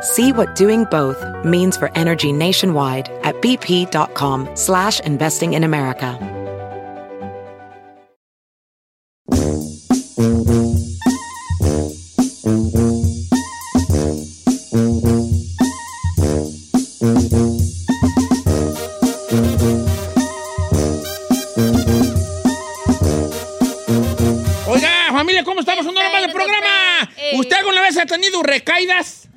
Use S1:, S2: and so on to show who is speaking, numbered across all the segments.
S1: See what doing both means for energy nationwide at bp.com slash investing in America.
S2: Oiga, familia, ¿cómo estamos? Un normal del programa.
S3: eh.
S2: ¿Usted alguna vez ha tenido recaídas?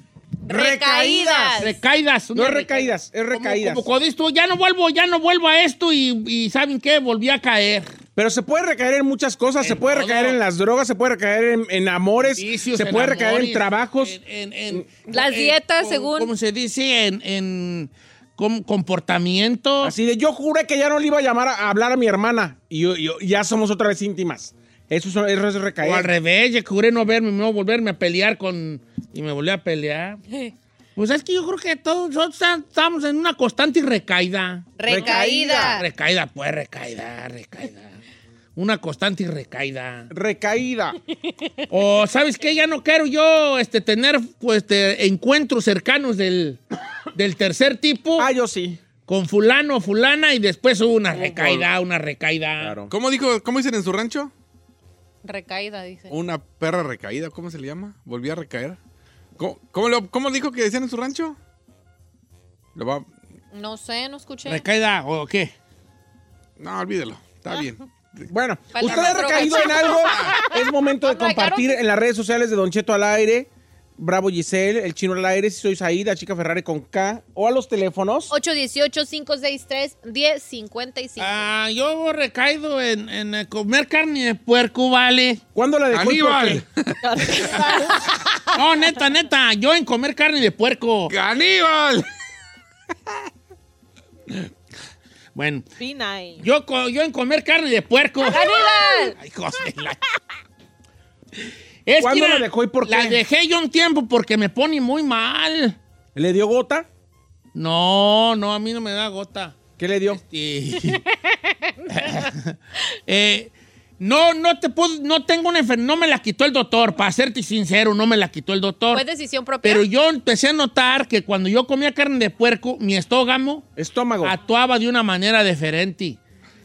S3: Recaídas.
S2: Recaídas.
S4: No
S2: una
S4: es
S2: re-
S4: recaídas, es
S2: como-
S4: recaídas.
S2: Como cuando dices tú, ya no vuelvo, ya no vuelvo a esto y, y ¿saben qué? Volví a caer.
S4: Pero se puede recaer en muchas cosas, se
S2: En
S4: puede
S2: todo.
S4: recaer en las drogas, se puede recaer en, en amores,
S2: Vicios,
S4: se
S2: en
S4: puede recaer
S2: amores,
S4: en trabajos.
S2: en- en- en-
S3: Las dietas,
S2: con-
S3: según-
S2: ¿Cómo se dice? En, en com- comportamiento.
S4: Así de, yo juré que ya no le iba a llamar a, a hablar a mi hermana y yo- yo- ya somos otra vez íntimas. Eso es, eso es recaer.
S2: O al revés, ya juré no verme, no volverme a pelear con... Y me volví a pelear. Pues es que yo creo que todos nosotros estamos en una constante recaída.
S3: Recaída.
S2: Recaída, pues, recaída, recaída. Una constante recaída.
S4: Recaída.
S2: O, ¿sabes qué? Ya no quiero yo este, tener pues, este, encuentros cercanos del, del tercer tipo
S4: ah, yo sí.
S2: con fulano o fulana y después hubo una recaída, una recaída.
S4: Claro.
S5: ¿Cómo, dijo, ¿Cómo dicen en su rancho?
S3: Recaída, dice.
S5: Una perra recaída, ¿cómo se le llama? Volví a recaer. ¿Cómo, cómo lo- cómo dijo que decían en su rancho? Lo va-
S3: No sé, no escuché.
S2: ¿Recaída o qué?
S5: No, olvídelo.
S3: Ah.
S5: Está bien.
S4: Bueno,
S3: Falta
S4: ¿usted ha
S3: más
S4: recaído en algo? Es momento de
S3: No, claro
S4: compartir
S3: que-
S4: en las redes sociales de Don Cheto al aire, Bravo Giselle, El Chino al aire, si soy Saída, Chica Ferrari con K, o a los teléfonos.
S3: 818-563-1055.
S2: Ah, yo he recaído en, en, eh, comer carne de puerco, vale.
S4: ¿Cuándo la dejó? y por
S5: ¡Caníbal!
S2: No, neta, neta, yo en comer carne de puerco.
S5: ¡Caníbal!
S2: Bueno,
S6: Pinay.
S2: yo, co- yo en comer carne de puerco.
S3: ¡Caníbal!
S2: Ay, hijos de la- Es que
S4: ¿Cuándo
S2: mira,
S4: la dejó y por qué?
S2: La dejé yo un tiempo porque me pone muy mal.
S4: qué? ¿Le dio gota?
S2: No, no, a mí no me da gota.
S4: ¿Qué le dio?
S2: Este- Eh, no, no te puedo, no tengo una enfermedad, no me la quitó el doctor, para serte sincero, no me la quitó el doctor.
S3: Fue decisión propia.
S2: Pero yo empecé a notar que cuando yo comía carne de puerco, mi estómago
S4: Estómago.
S2: actuaba de una manera diferente.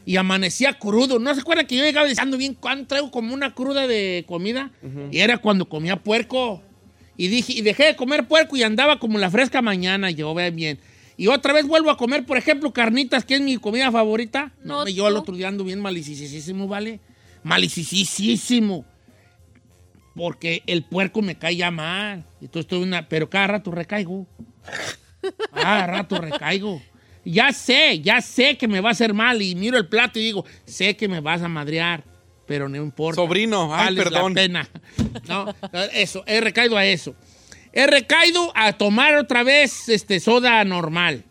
S2: Y amanecía crudo. ¿No se acuerdan que yo llegaba diciendo bien cuando traigo como una cruda de comida? Y era cuando comía puerco. Y dije, y dejé de comer puerco y andaba como la fresca mañana, yo vea bien. Y otra vez vuelvo a comer, por ejemplo, carnitas, que es mi comida favorita. No,
S3: No,
S2: hombre, yo al
S3: tú.
S2: otro día ando bien malicisísimo, ¿vale? Malicisísimo. Porque el puerco me cae ya mal. Entonces estoy una. Pero cada rato recaigo. Cada Ah, rato recaigo. Ya sé, ya sé que me va a hacer mal. Y miro el plato y digo, sé que me vas a madrear. Pero no importa.
S5: Sobrino, ay,
S2: Vales
S5: perdón.
S2: la pena. No, eso, he recaído a eso. He recaído a tomar otra vez este, soda normal.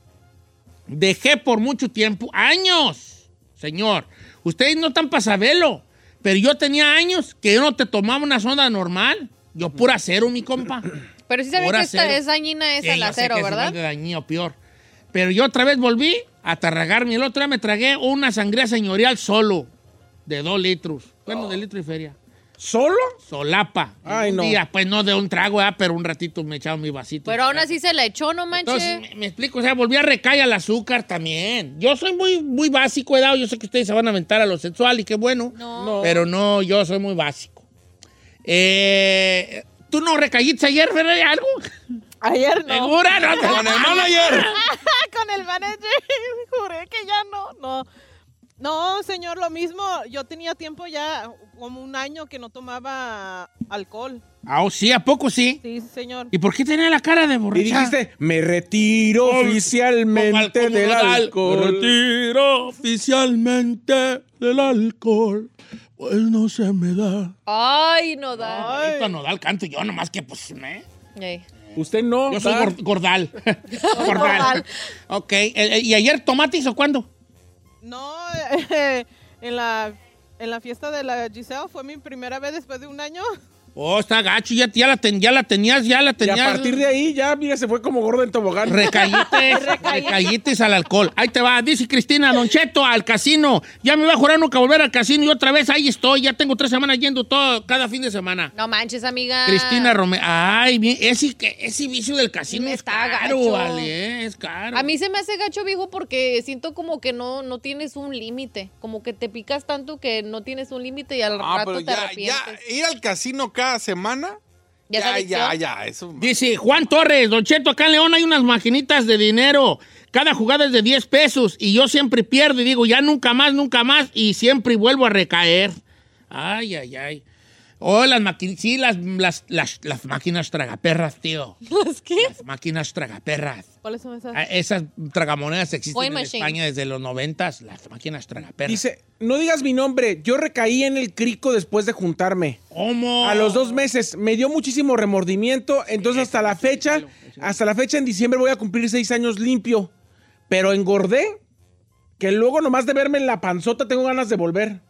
S2: Dejé por mucho tiempo, años, señor. Ustedes no están para saberlo, pero yo tenía años que yo no te tomaba una soda normal. Yo pura cero, mi compa.
S3: Pero sí sabía
S2: Hora
S3: que esta
S2: cero.
S3: es dañina esa,
S2: Sí,
S3: la
S2: yo Eh, sé
S3: cero,
S2: que se
S3: ¿verdad?
S2: vuelve dañino, peor. Pero yo otra vez volví a tragarme. El otro día me tragué una sangría señorial solo, de dos litros. Bueno, de litro y feria.
S4: ¿Solo?
S2: Solapa.
S4: Ay,
S2: un
S4: no.
S2: día, pues no de un trago, ah, pero un ratito me echaba mi vasito.
S3: Pero aún así se la echó, no manches.
S2: Entonces, me, me explico, o sea, volví a recaer al azúcar también. Yo soy muy, muy básico, edad. Yo sé que ustedes se van a aventar a lo sexual y qué bueno.
S3: no.
S4: No.
S2: Pero no, yo soy muy básico. Eh, ¿Tú no recaíste ayer, Ferrari, algo?
S6: Ayer no.
S2: ¿Segura? No,
S5: ¡Con el manager!
S6: Con el manager. Juré que ya no. No. No, señor, lo mismo. Yo tenía tiempo ya, como un año, que no tomaba alcohol.
S2: Ah, oh, sí, ¿a poco sí?
S6: Sí, señor.
S2: ¿Y por qué tenía la cara de
S4: Y
S2: borracha?
S4: dijiste, me retiro
S2: Como- como al-
S4: oficialmente
S2: como
S4: del
S2: Nadal. Me
S4: alcohol.
S2: retiro oficialmente del alcohol, pues no se me da.
S3: Ay, no da.
S6: Ay.
S2: Esto no da el canto yo, nomás que pues, ¿eh?
S3: Ey.
S4: Usted no.
S2: Yo soy
S4: Dar.
S2: gor- gordal. gordal. ok, eh, eh, ¿y ayer tomate hizo cuándo?
S6: No, en la en la fiesta de la Giselle fue mi primera vez después de un año.
S2: Oh, está gacho, ya, ya la, ten- ya la tenías, ya la
S4: Y a
S2: tenías.
S4: partir de ahí ya, mira, se fue como gordo en tobogán.
S2: Recaítes, recaítes al alcohol. Ahí te va, dice Cristina, Don Cheto, al casino. Ya me va a jurar nunca volver al casino y otra vez ahí estoy. Ya tengo tres semanas yendo todo, cada fin de semana.
S3: No manches, amiga.
S2: Cristina Romero. Ay, bien, ese, que- ese vicio del casino es
S3: Está
S2: caro,
S3: gacho.
S2: vale, eh, es caro.
S3: A mí se me hace gacho, viejo, porque siento como que no, no tienes un límite. Como que te picas tanto que no tienes un límite y al
S5: Ah,
S3: rato
S5: pero
S3: te
S5: ya,
S3: arrepientes.
S5: ya, ir al casino cada semana.
S3: ¿Ya es
S5: Ya,
S3: adicción?
S5: ya, ya, eso.
S2: Dice Juan Torres, Don Cheto, acá en León hay unas maquinitas de dinero. Cada jugada es de 10 pesos y yo siempre pierdo y digo, ya nunca más, nunca más y siempre vuelvo a recaer. Ay, ay, ay. Oh, las maquinitas, sí, las, las, las, las máquinas tragaperras, tío.
S3: ¿Las qué?
S2: Las máquinas tragaperras.
S6: ¿Cuáles son esas?
S2: Ah, Esas tragamonedas existen
S3: Coin
S2: en
S3: machine.
S2: España desde los noventas, las máquinas tragaperras.
S4: Dice, no digas mi nombre, yo recaí en el crico después de juntarme.
S2: ¿Cómo?
S4: A los dos meses me dio muchísimo remordimiento, entonces hasta la fecha, hasta la fecha en diciembre voy a cumplir seis años limpio, pero engordé, que luego nomás de verme en la panzota tengo ganas de volver.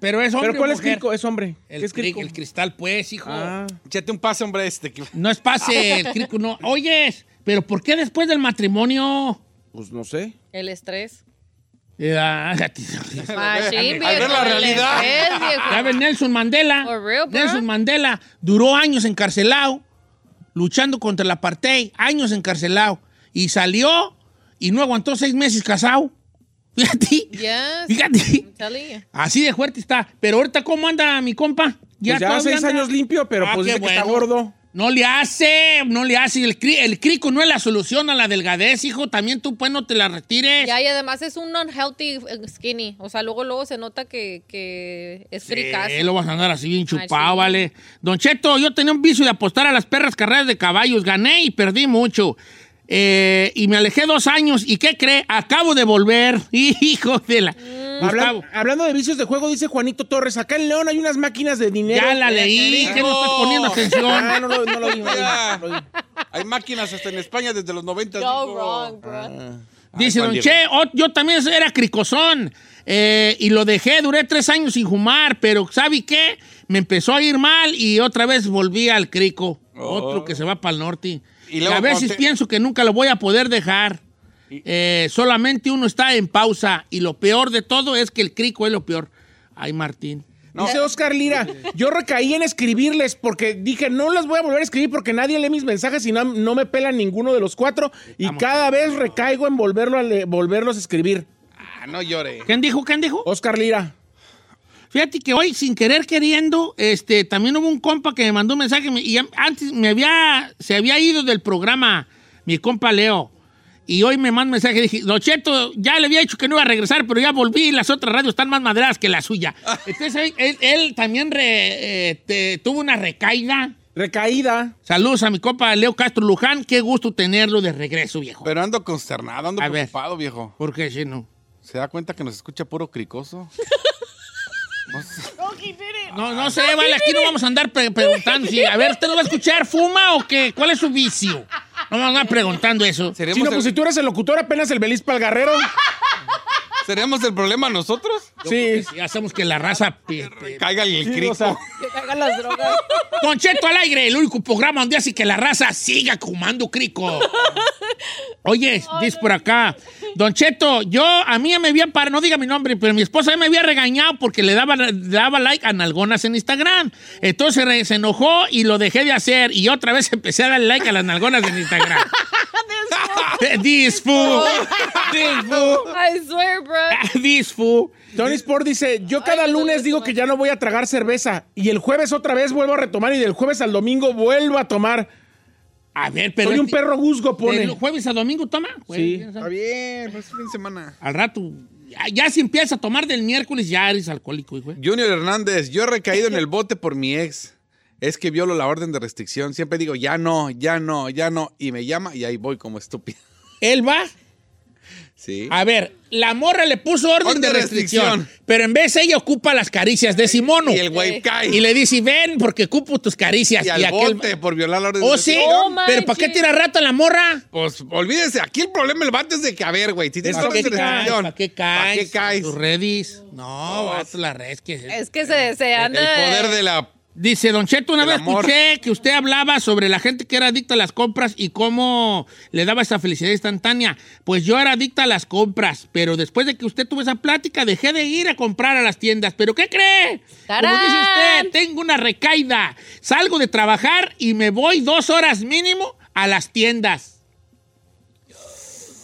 S2: Pero es hombre
S4: ¿Pero cuál
S2: o
S4: es
S2: mujer?
S4: crico? Es hombre.
S2: El,
S4: ¿Qué es
S2: cri-
S4: crico?
S2: el cristal, pues, hijo.
S4: Ah.
S5: Échate un pase, hombre, este. que-
S2: No es pase, el crico no. Oyes, pero ¿por qué después del matrimonio?
S4: Pues no sé.
S3: El estrés.
S2: Eh, ah,
S3: Machín,
S5: Al ver la
S3: el
S5: realidad.
S3: estrés, viejo.
S2: ya ves, Nelson Mandela.
S3: For real, bro.
S2: Nelson Mandela duró años encarcelado, luchando contra el apartheid, años encarcelado. Y salió y no aguantó seis meses casado. Fíjate.
S3: Yes.
S2: Fíjate.
S3: I'm telling you.
S2: Así de fuerte está. Pero ahorita, ¿cómo anda mi compa?
S4: Pues ya
S2: todavía
S4: seis
S2: anda?
S4: años limpio, pero
S2: Ah,
S4: pues
S2: qué
S4: dice que está
S2: bueno.
S4: gordo.
S2: No le hace, no le hace. El, cri- el crico no es la solución a la delgadez, hijo. También tú, pues, no te la retires.
S3: Ya, y además es un unhealthy eh, skinny. O sea, luego luego se nota que, que es fricazo.
S2: Sí, lo vas a andar así bien chupado,
S3: sí.
S2: vale. Don Cheto, yo tenía un vicio de apostar a las perras carreras de caballos. Gané y perdí mucho. Eh, y me alejé dos años. ¿Y qué cree? Acabo de volver. Hijo de la...
S4: Hablan-
S2: Gustavo,
S4: hablando de vicios de juego, dice Juanito Torres, acá en León hay unas máquinas de dinero. Eh,
S2: ya la leí.
S5: te
S2: ¿Qué no
S5: digo.
S2: estás poniendo atención?
S4: Ah, no, lo- no lo vi, no lo vi,
S5: Ya.
S4: no lo vi.
S5: Hay máquinas hasta en España desde los 90.
S6: Go
S5: dijo.
S6: wrong, bro.
S2: Dice
S5: Ay,
S2: Don
S5: Juan Diego.
S2: Che, "Oh, yo también era cricosón eh, y lo dejé, duré tres años sin fumar, pero ¿sabe qué? Me empezó a ir mal y otra vez volví al crico, otro que se va para el norte.
S5: Y
S2: Y,
S5: luego
S2: a veces
S5: cuando te-
S2: pienso que nunca lo voy a poder dejar. Eh, solamente uno está en pausa y lo peor de todo es que el crico es lo peor. Ay, Martín.
S4: Dice Oscar Lira, yo recaí en escribirles porque dije, no las voy a volver a escribir porque nadie lee mis mensajes y no, no me pela ninguno de los cuatro y cada vez recaigo en volverlo a le- volverlos a escribir.
S5: Ah, no llore.
S2: ¿Quién dijo? ¿Quién dijo?
S4: Oscar Lira.
S2: Fíjate que hoy, sin querer queriendo, este, también hubo un compa que me mandó un mensaje me- y ya- antes me había, se había ido del programa mi compa Leo. Y hoy me manda un mensaje dije, Don Cheto, ya le había dicho que no iba a regresar, pero ya volví y las otras radios están más madreadas que la suya. Entonces él, él- él también re- eh, te- tuvo una recaída.
S4: Recaída.
S2: Saludos a mi compa Leo Castro Luján, qué gusto tenerlo de regreso, viejo.
S5: Pero ando consternado, ando
S2: A ver.
S5: preocupado, viejo.
S2: Porque si no.
S5: ¿Se da cuenta que nos escucha puro cricoso?
S2: No, no sé, vale, aquí no vamos a andar pre- preguntando. si- a ver, ¿usted no va a escuchar? ¿Fuma o qué? ¿Cuál es su vicio? No vamos a andar preguntando eso.
S5: ¿Seríamos,
S4: Si no,
S5: el,
S4: pues si tú eres el locutor, apenas el Belis Palgarrero.
S5: ¿Seríamos el problema nosotros?
S4: Sí.
S2: Si hacemos que la raza... pi- pi-
S5: Caiga el
S4: Sí,
S5: crico.
S4: o sea,
S6: Que hagan las drogas.
S2: Don Cheto al aire, el único programa donde hace que la raza siga fumando crico. Oye, dice por acá, Don Cheto, yo, a mí ya me había parado, no diga mi nombre, pero mi esposa ya me había regañado porque le daba, le daba like a nalgonas en Instagram. Entonces re- se enojó y lo dejé de hacer y otra vez empecé a darle like a las nalgonas en Instagram. This fool. This fool.
S3: I swear, bro.
S2: This fool.
S4: Tony Sport dice, yo cada lunes digo que ya Eh, no voy a tragar cerveza y el jueves otra vez vuelvo a retomar y del jueves al domingo vuelvo a tomar.
S2: A ver, pero...
S4: Soy un perro guzgo,
S2: ¿De
S4: pone.
S2: jueves a domingo toma?
S4: Sí.
S5: Está bien, pues es fin de semana.
S2: Al rato Ya, ya si empiezas a tomar del miércoles, ya eres alcohólico, hijo. ¿eh?
S5: Junior Hernández, yo he recaído en el bote por mi ex. Es que violo la orden de restricción. Siempre digo, ya no, ya no, ya no. Y me llama y ahí voy como estúpido.
S2: Él va.
S5: Sí.
S2: A ver, la morra le puso orden,
S5: Orden
S2: de
S5: de
S2: restricción,
S5: restricción.
S2: Pero en vez ella ocupa las caricias de Simono.
S5: Y el güey cae.
S2: Y le dice, ven, porque ocupo tus caricias.
S5: Y al
S2: aquel-
S5: bote por violar la orden de
S2: Oh, sí.
S5: restricción.
S3: No
S2: pero ¿para qué
S3: manches.
S2: tira rato a la morra?
S5: Pues olvídense, aquí el problema el vato es de que, a ver, güey, si tienes
S2: ¿Para
S5: orden
S2: qué
S5: de
S2: caes?
S5: restricción.
S2: ¿Para qué
S5: ¿Para
S2: caes?
S5: qué caes?
S2: Tus redis. No, vato, la red que
S3: Es que se, se
S5: El
S3: anda.
S5: poder de la.
S2: Dice, Don Cheto, una
S5: El
S2: vez
S5: amor.
S2: escuché que usted hablaba sobre la gente que era adicta a las compras y cómo le daba esa felicidad instantánea. Pues yo era adicta a las compras, pero después de que usted tuvo esa plática, dejé de ir a comprar a las tiendas. ¿Pero qué cree? Como dice
S3: ¡Tarán!
S2: usted, tengo una recaída. Salgo de trabajar y me voy dos horas mínimo a las tiendas.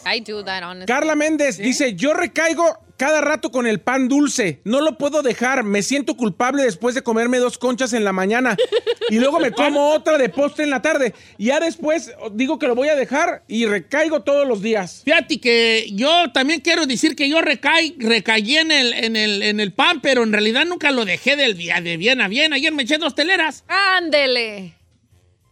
S3: I do that, honestly.
S4: Carla Méndez dice, yo recaigo cada rato con el pan dulce, no lo puedo dejar, me siento culpable después de comerme dos conchas en la mañana y luego me como otra de postre en la tarde. Y ya después oh, digo que lo voy a dejar y recaigo todos los días.
S2: Fíjate que yo también quiero decir que yo recaí, recaí en, el, en, el, en el pan, pero en realidad nunca lo dejé del día de bien a bien. Ayer me eché dos teleras.
S3: Ándele.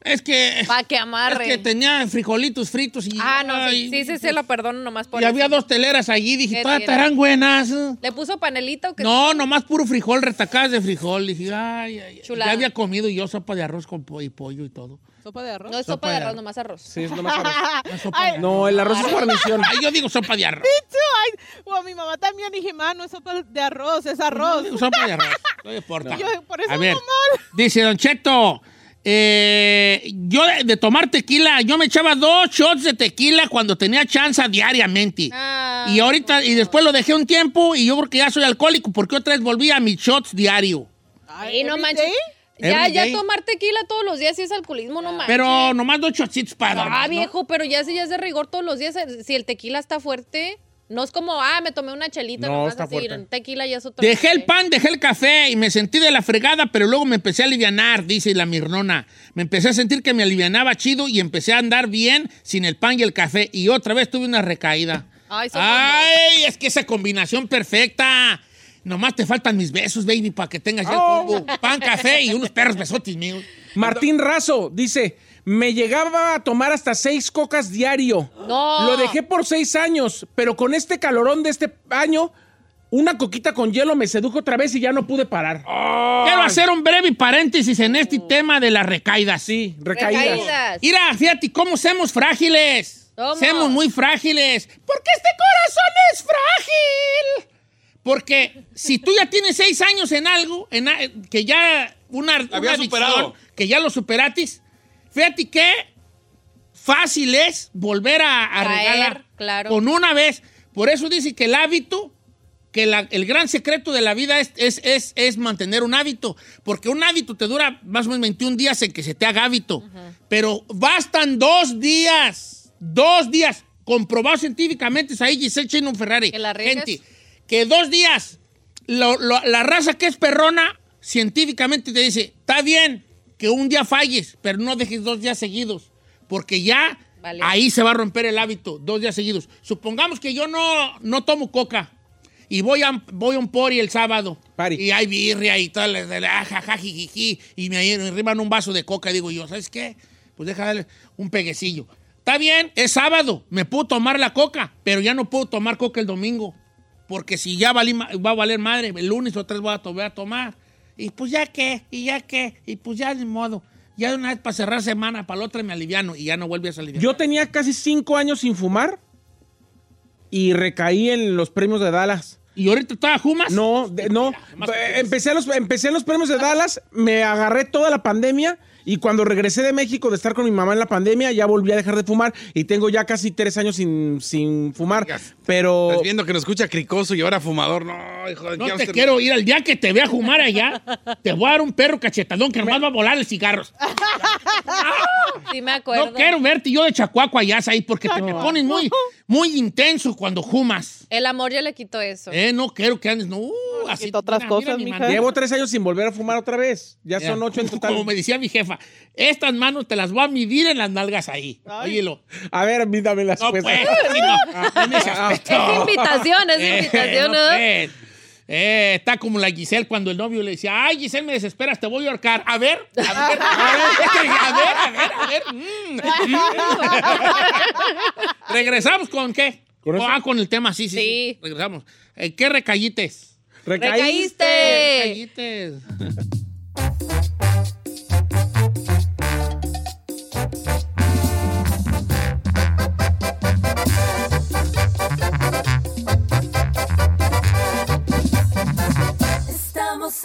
S2: Es que...
S3: Pa' que amarre.
S2: Es que tenía frijolitos fritos y.
S3: Ah, no,
S2: ay,
S3: sí, sí, sí, se la perdono nomás por
S2: Y había
S3: eso.
S2: dos teleras allí, dije,
S3: ¿Qué
S2: "Ah,
S3: tiene?
S2: estarán buenas. No,
S3: ¿Le puso panelito? o qué?
S2: nomás puro frijol, retacadas de frijol. Dije, ay, ay, ay.
S3: Chulada.
S2: Ya había comido yo sopa de arroz con po- y pollo y todo.
S6: ¿Sopa de arroz?
S3: No es sopa de arroz, nomás arroz.
S4: Sí, es nomás arroz.
S2: Una sopa de arroz.
S4: No, el arroz es guarnición.
S2: Ay, yo digo sopa de arroz.
S6: Ay, bueno, mi mamá también dije, ma, no es sopa de arroz, es
S2: No,
S6: arroz.
S2: digo sopa de arroz. No importa.
S6: Yo, por eso
S2: A ver,
S6: mamá.
S2: dice Don Cheto, eh, yo de, de tomar tequila, yo me echaba dos shots de tequila cuando tenía chance diariamente.
S3: Ah,
S2: y ahorita, y después lo dejé un tiempo y yo porque ya soy alcohólico, porque otra vez volví a mis shots diario.
S6: Ay,
S3: Y no
S6: every
S3: manches.
S6: day.
S3: Ya,
S2: Every
S3: ya
S2: day.
S3: tomar tequila todos los días sí es alcoholismo, no manches.
S2: Pero nomás dos shotsitos para dormir,
S3: Ah,
S2: ¿no?
S3: viejo, pero ya si ya es de rigor todos los días, si el tequila está fuerte, no es como, ah, me tomé una chelita,
S2: No,
S3: nomás
S2: está
S3: así,
S2: fuerte.
S3: tequila ya es ¿eh? otro.
S2: Dejé el
S3: nivel.
S2: pan, dejé el café y me sentí de la fregada, pero luego me empecé a alivianar, dice la Mirnona. Me empecé a sentir que me alivianaba chido y empecé a andar bien sin el pan y el café. Y otra vez tuve una recaída.
S3: Ay, somos
S2: Ay, es que esa combinación perfecta. Nomás te faltan mis besos, baby, para que tengas ya el
S4: Oh.
S2: combo. Pan, café y unos perros besotis míos.
S4: Martín Razo dice, me llegaba a tomar hasta seis cocas diario.
S3: No.
S4: Lo dejé por seis años, pero con este calorón de este año, una coquita con hielo me sedujo otra vez y ya no pude parar.
S5: Ah.
S2: Quiero hacer un breve paréntesis en este tema de las recaídas.
S4: Sí, recaídas.
S3: Recaídas.
S2: Mira, fíjate cómo somos frágiles.
S3: ¿Cómo?
S2: Somos muy frágiles. Porque este corazón es frágil. Porque si tú ya tienes seis años en algo, en a- que ya una, una
S5: Había superado.
S2: que ya lo superatis, fíjate qué fácil es volver a, a
S3: Caer,
S2: regalar
S3: claro.
S2: con una vez. Por eso dice que el hábito, que la- el gran secreto de la vida es, es, es- es mantener un hábito, porque un hábito te dura más o menos 21 días en que se te haga hábito, pero bastan dos días, dos días, comprobado científicamente, es ahí Giselle Chino Ferrari,
S3: Que la riegues.
S2: gente, que dos días, lo- lo- la raza que es perrona, científicamente te dice, está bien que un día falles, pero no dejes dos días seguidos, porque ya
S3: Vale.
S2: ahí se va a romper el hábito, dos días seguidos. Supongamos que yo no, no tomo coca y voy a, voy a un pori el sábado.
S4: Party.
S2: Y hay birria y tal, jajaja, ah, jijiji, y me arriban un vaso de coca, digo yo, ¿sabes qué? Pues deja darle un peguecillo. Está bien, es sábado, me puedo tomar la coca, pero ya no puedo tomar coca el domingo, porque si ya valí ma- va a valer madre, el lunes otra vez voy a, to- voy a tomar. Y pues ya qué, y ya qué, y pues ya ni modo. Ya de una vez para cerrar semana, para la otra me aliviano y ya no vuelves a aliviar.
S4: Yo tenía casi cinco años sin fumar y recaí en los premios de Dallas.
S2: ¿Y ahorita estaba Jumas?
S4: No, de- no.
S2: Más
S4: Eh,
S2: que-
S4: Empecé, a los, empecé en los premios de Dallas, me agarré toda la pandemia y cuando regresé de México de estar con mi mamá en la pandemia ya volví a dejar de fumar y tengo ya casi tres años sin, sin fumar.
S5: Digas,
S4: Pero...
S5: Estás Pues viendo que nos escucha cricoso y ahora fumador. No, hijo de
S2: No
S5: quiero
S2: te
S5: ser-
S2: quiero ir al día que te vea fumar allá. Te voy a dar un perro cachetadón que nomás va a volar el cigarros.
S3: Sí, me acuerdo.
S2: No quiero verte yo de Chacuaco allá, ahí porque te me pones muy, muy intenso cuando fumas.
S3: El amor ya le quitó eso.
S2: Eh, no quiero que andes, no, así.
S6: quito otras cosas,
S2: mi
S6: mija.
S2: mano.
S4: Llevo tres años sin volver a fumar otra vez. Ya
S2: Mira,
S4: son ocho en
S2: como-
S4: total.
S2: Como me decía mi jefa, estas manos te las voy a midir en las nalgas ahí.
S6: Ay.
S2: Óyelo.
S4: A ver, mídame las Ah,
S2: No, pues,
S4: cuestas.
S2: así no, en ese aspecto.
S3: Es invitación, es
S2: Eh,
S3: invitación,
S2: no,
S3: ¿no?
S2: pues. Eh, está como la Giselle cuando el novio le decía, ay, Giselle, me desesperas, te voy a ahorcar. A ver, a ver, a ver, a ver, a ver, a ver. mm, mm. ¿Regresamos con qué?
S4: ¿Con eso?
S2: ah, con el tema, sí, sí. sí.
S3: Sí.
S2: Regresamos. Eh, ¿Qué recayites?
S3: Recaíste.
S2: Recayites.
S7: Estamos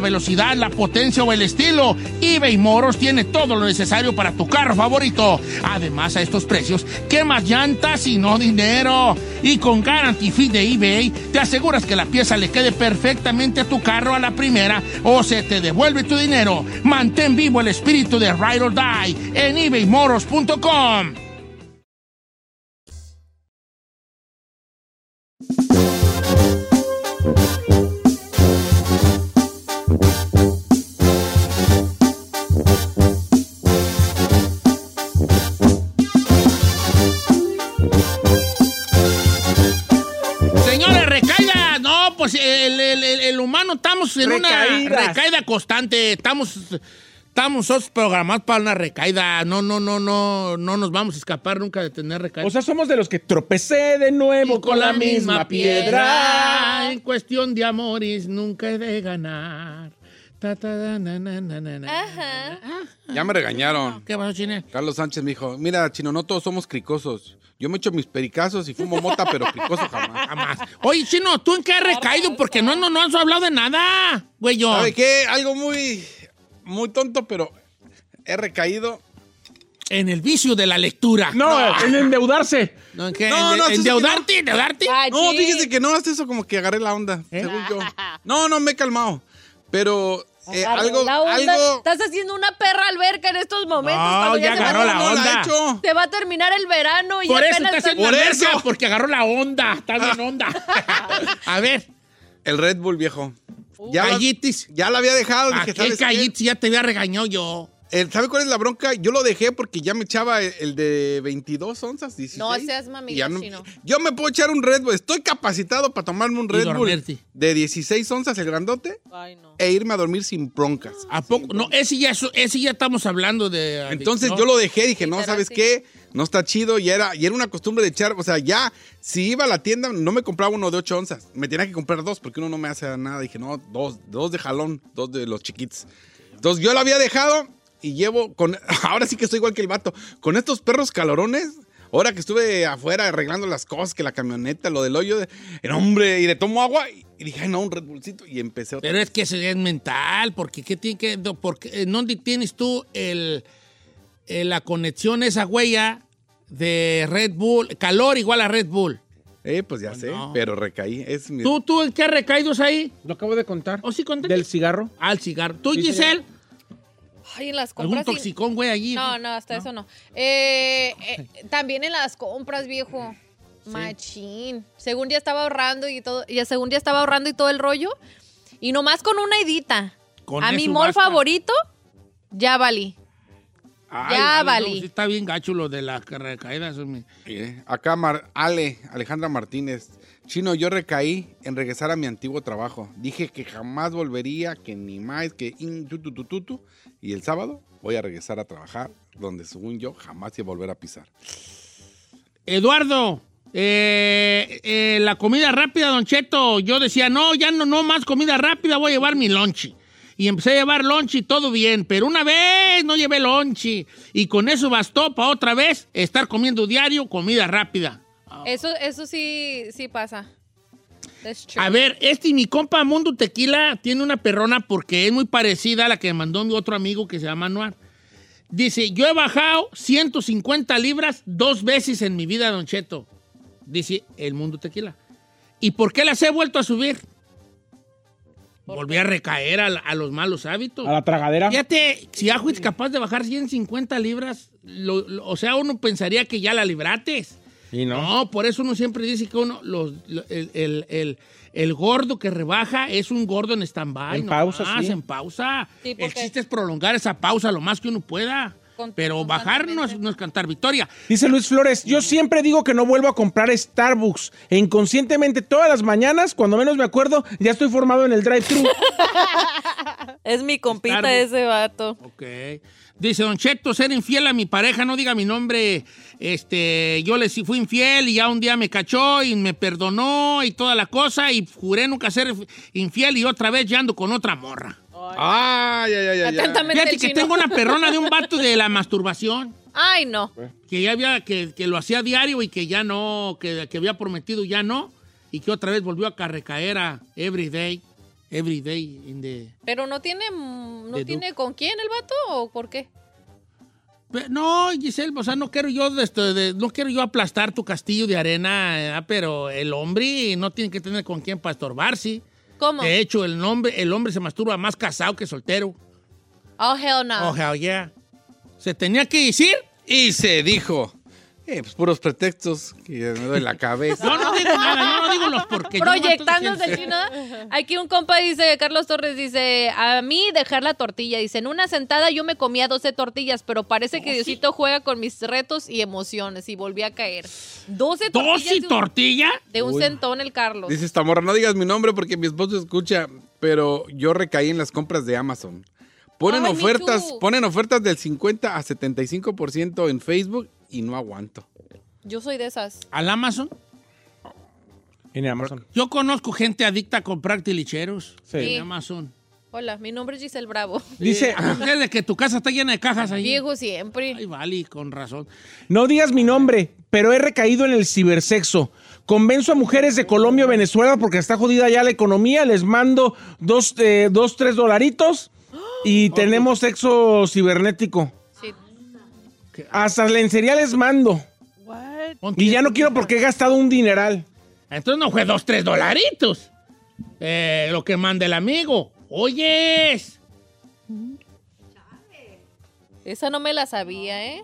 S2: velocidad, la potencia o el estilo, eBay Moros tiene todo lo necesario para tu carro favorito. Además, a estos precios, ¿qué más llantas y no dinero? Y con Guarantee Fee de eBay, te aseguras que la pieza le quede perfectamente a tu carro a la primera o se te devuelve tu dinero. Mantén vivo el espíritu de Ride or Die en eBayMoros.com. Señores, recaída. No, pues el, el- el- el humano estamos en una
S4: Recaídas.
S2: recaída constante. Estamos, estamos nosotros programados para una recaída. No, no, no, no, no nos vamos a escapar nunca de tener recaída.
S4: O sea, somos de los que tropecé de nuevo con la misma piedra.
S2: En cuestión de amores nunca he de ganar. Ta, ta, da, na, na, na, na, na.
S3: Ajá.
S5: Ya me regañaron.
S2: ¿Qué pasó, Chine?
S5: Carlos Sánchez me dijo, mira, chino, no todos somos cricosos. Yo me echo mis pericazos y fumo mota, pero cricoso jamás.
S2: Jamás. Oye, Chino, ¿tú en qué has recaído? Porque no, no, no has hablado de nada, güey. yo.
S5: ¿Sabe qué? Algo muy, muy tonto, pero he recaído.
S2: En el vicio de la lectura. Ah,
S4: No, en endeudarse.
S2: No, ¿en qué?
S5: No,
S2: ¿En-
S5: no,
S2: en-
S5: eso sí que no.
S2: endeudarte, endeudarte.
S3: Ay,
S5: No,
S3: sí. ¿Eh?
S5: fíjese que no, hasta eso como que agarré la onda, según yo. No, no, me he calmado. Pero eh,
S3: Agarró
S5: algo,
S3: la onda.
S5: algo...
S3: Estás haciendo una perra alberca en estos momentos.
S2: No,
S3: cuando
S2: ya
S3: ya se va-
S2: agarró la
S5: No, no
S2: onda.
S5: he hecho.
S3: Se va a terminar el verano y
S2: Por eso
S3: apenas
S2: está
S3: estás-
S2: haciendo
S5: Por
S2: alberca,
S5: eso. Ah.
S2: porque agarró la onda. Estás en onda. A ver,
S5: El Red Bull, viejo. Ya,
S2: callitis.
S5: ya la había dejado.
S2: ¿A
S5: Dije,
S2: qué
S5: ¿sabes qué?
S2: callitis? Ya te había regañado yo.
S5: Eh, ¿Sabe cuál es la bronca? Yo lo dejé porque ya me echaba el- el de 22 onzas, 16.
S3: No seas mami,
S5: Y ya no-
S3: chino.
S5: Yo me puedo echar un Red Bull. Estoy capacitado para tomarme un Red Bull
S2: dormirte.
S5: de 16 onzas, el grandote,
S6: Ay, no.
S5: e irme a dormir sin broncas.
S2: ¿A poco? No, ese ya, es- ese ya estamos hablando de... adicción.
S5: Entonces yo lo dejé, dije, no,
S3: Literal,
S5: ¿sabes
S3: sí.
S5: qué? No está chido y era, y era una costumbre de echar, o sea, ya, si iba a la tienda, no me compraba uno de 8 onzas, me tenía que comprar dos porque uno no me hace nada. Dije, no, dos, dos de jalón, dos de los chiquitos. Entonces yo lo había dejado y llevo con, ahora sí que estoy igual que el vato, con estos perros calorones. Ahora que estuve afuera arreglando las cosas, que la camioneta, lo del hoyo, de, era hombre, y le tomo agua, y y dije, ay, no, un Red Bullcito, y empecé otra
S2: Pero es que eso ya es mental, porque ¿qué tiene que...? do- Porque, ¿En dónde tienes tú el, el- la conexión, esa huella de Red Bull? Calor igual a Red Bull.
S5: Eh, pues ya sé,
S2: no.
S5: pero recaí. Es mi-
S2: ¿Tú, tú en qué recaídos ahí?
S4: Lo acabo de contar.
S2: ¿O sí contaste?
S4: Del cigarro.
S2: Al cigarro. ¿Tú,
S4: Sí,
S2: Giselle?
S3: Ay, en las compras.
S2: ¿Algún
S3: sí.
S2: toxicón, güey, allí?
S3: No, no, hasta eso no. Eh, eh, también en las compras, viejo. Machín. Según ya estaba ahorrando y todo, ya según ya estaba ahorrando y todo el rollo. Y nomás con una edita.
S2: Con
S3: a mi
S2: eso
S3: mall
S2: basta.
S3: favorito, ya valí. Ya
S2: no,
S3: valí.
S2: sí está bien gacho lo de la recaída. eso me-
S5: Mire, acá Mar- Ale, Alejandra Martínez. Chino, yo recaí en regresar a mi antiguo trabajo. Dije que jamás volvería, que ni más, que in, tu, tu, tu, tu, tu. Y el sábado voy a regresar a trabajar donde según yo jamás iba a volver a pisar.
S2: Eduardo, eh, eh, la comida rápida, Don Cheto. Yo decía, no, ya no, no más comida rápida, voy a llevar mi lonchi. Y empecé a llevar lonchi, todo bien, pero una vez no llevé lonchi. Y con eso bastó para otra vez estar comiendo diario comida rápida.
S3: Eso, eso sí, sí pasa. That's true.
S2: A ver, este y mi compa Mundo Tequila tiene una perrona porque es muy parecida a la que me mandó mi otro amigo que se llama Anuar. Dice, yo he bajado 150 libras dos veces en mi vida, Don Cheto. Dice el Mundo Tequila. ¿Y por qué las he vuelto a subir? Volví a recaer a, la- a los malos hábitos.
S4: A la tragadera.
S2: Fíjate, si Ajo es capaz de bajar 150 libras, lo- lo- o sea, uno pensaría que ya la librates.
S4: Y no.
S2: No, por eso uno siempre dice que uno, los- lo- el, el- el- el gordo que rebaja es un gordo en stand-by.
S4: En
S2: no
S4: pausa,
S2: más,
S4: sí.
S2: En pausa.
S3: Sí, porque-
S2: el chiste es prolongar esa pausa lo más que uno pueda.
S3: Con-
S2: Pero bajar no es, no es cantar victoria.
S4: Dice Luis Flores, yo siempre digo que no vuelvo a comprar Starbucks. E inconscientemente todas las mañanas, cuando menos me acuerdo, ya estoy formado en el drive-thru.
S8: Es mi compita
S2: Ah, Starbucks.
S8: ese vato.
S2: Ok. Dice Don Cheto, ser infiel a mi pareja, no diga mi nombre. Este, yo le sí fui infiel y ya un día me cachó y me perdonó y toda la cosa y juré nunca ser infiel y otra vez ya ando con otra morra.
S5: Ay, ay, ay, ay, ay.
S3: Atentamente
S2: Fíjate
S3: Ah, el
S2: que
S3: chino.
S2: tengo una perrona de un vato de la masturbación.
S3: Ay, no.
S2: que ya había, que, que lo hacía diario y que ya no, que, que había prometido ya no, y que otra vez volvió a ca- recaer a everyday, everyday in the...
S3: Pero no tiene, mm,
S2: De
S3: no
S2: du-
S3: tiene con quién el vato o por qué.
S2: Pe- No, Giselle, o sea, no quiero yo de esto- de- no quiero yo aplastar tu castillo de arena, eh, pero el hombre no tiene que tener con quién pastorbarse.
S3: ¿Cómo?
S2: De hecho, el hombre, el hombre se masturba más casado que soltero.
S3: Oh, hell no.
S2: Oh, hell yeah. Se tenía que decir.
S5: Y se dijo, eh, pues puros pretextos que ya me doy la cabeza.
S2: Yo no digo nada, yo no digo los porque
S3: Proyectándose el chino. Aquí un compa dice, Carlos Torres dice, a mí dejar la tortilla. Dice, en una sentada yo me comía 12 tortillas, pero parece
S2: Oh,
S3: que Diosito juega con mis retos y emociones y volví a caer. 12
S2: ¿Dos
S3: tortillas
S2: y
S3: de un-
S2: tortilla?
S3: de un centón el Carlos.
S5: Dice esta morra, no digas mi nombre porque mi esposo escucha, pero yo recaí en las compras de Amazon. Ponen
S3: Ay, me
S5: ofertas,
S3: too.
S5: ponen ofertas del 50 a 75% en Facebook y no aguanto.
S3: Yo soy de esas.
S2: ¿Al Amazon?
S4: En Amazon.
S2: Yo conozco gente adicta a comprar tilicheros
S4: Sí.
S2: en Amazon.
S3: Hola, mi nombre es Giselle Bravo.
S4: Dice,
S2: Desde que tu casa está llena de cajas ahí.
S3: Diego siempre.
S2: Ay, vale, con razón.
S4: no digas mi nombre, pero he recaído en el cibersexo. Convenzo a mujeres de Colombia o Venezuela porque está jodida ya la economía. Les mando dos, eh, dos tres dolaritos y tenemos sexo cibernético.
S3: Sí.
S4: Hasta lencería les mando.
S6: What?
S4: Y ya no quiero porque he gastado un dineral.
S2: Entonces no fue dos, tres dolaritos. Eh, lo que manda el amigo. Oyes.
S3: Esa no me la sabía, ¿eh?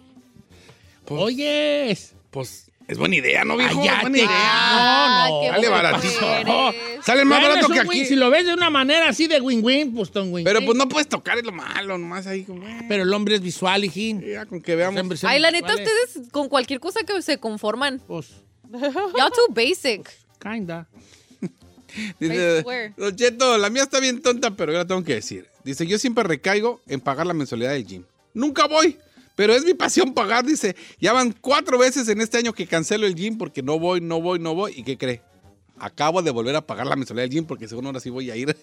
S2: Oyes.
S5: Pues es buena idea, ¿no, viejo?
S2: Cállate.
S5: Es buena idea.
S3: Ah,
S2: No, no.
S3: qué
S5: Sale
S3: bueno
S5: baratito.
S3: que
S2: No,
S3: eres.
S5: Sale más
S2: Ya eres
S5: barato
S2: un
S5: que
S2: win.
S5: aquí.
S2: Si lo ves de una manera así de win-win, pues ton win.
S5: Pero pues no puedes tocar, es lo malo, nomás ahí como... eh,
S2: Pero el hombre es visual, hijín.
S5: ya con que veamos.
S2: Los hombres son
S3: Ay, la neta,
S2: visuales.
S3: ustedes con cualquier cosa que se conforman.
S2: Pues,
S3: Y'all too basic.
S2: kinda.
S5: Dice,
S3: swear.
S5: Don Cheto, la mía está bien tonta, pero yo la tengo que decir. Dice, yo siempre recaigo en pagar la mensualidad del gym. Nunca voy, pero es mi pasión pagar. Dice, ya van cuatro veces en este año que cancelo el gym porque no voy, no voy, no voy. ¿Y qué cree? Acabo de volver a pagar la mensualidad del gym porque según ahora sí voy a ir.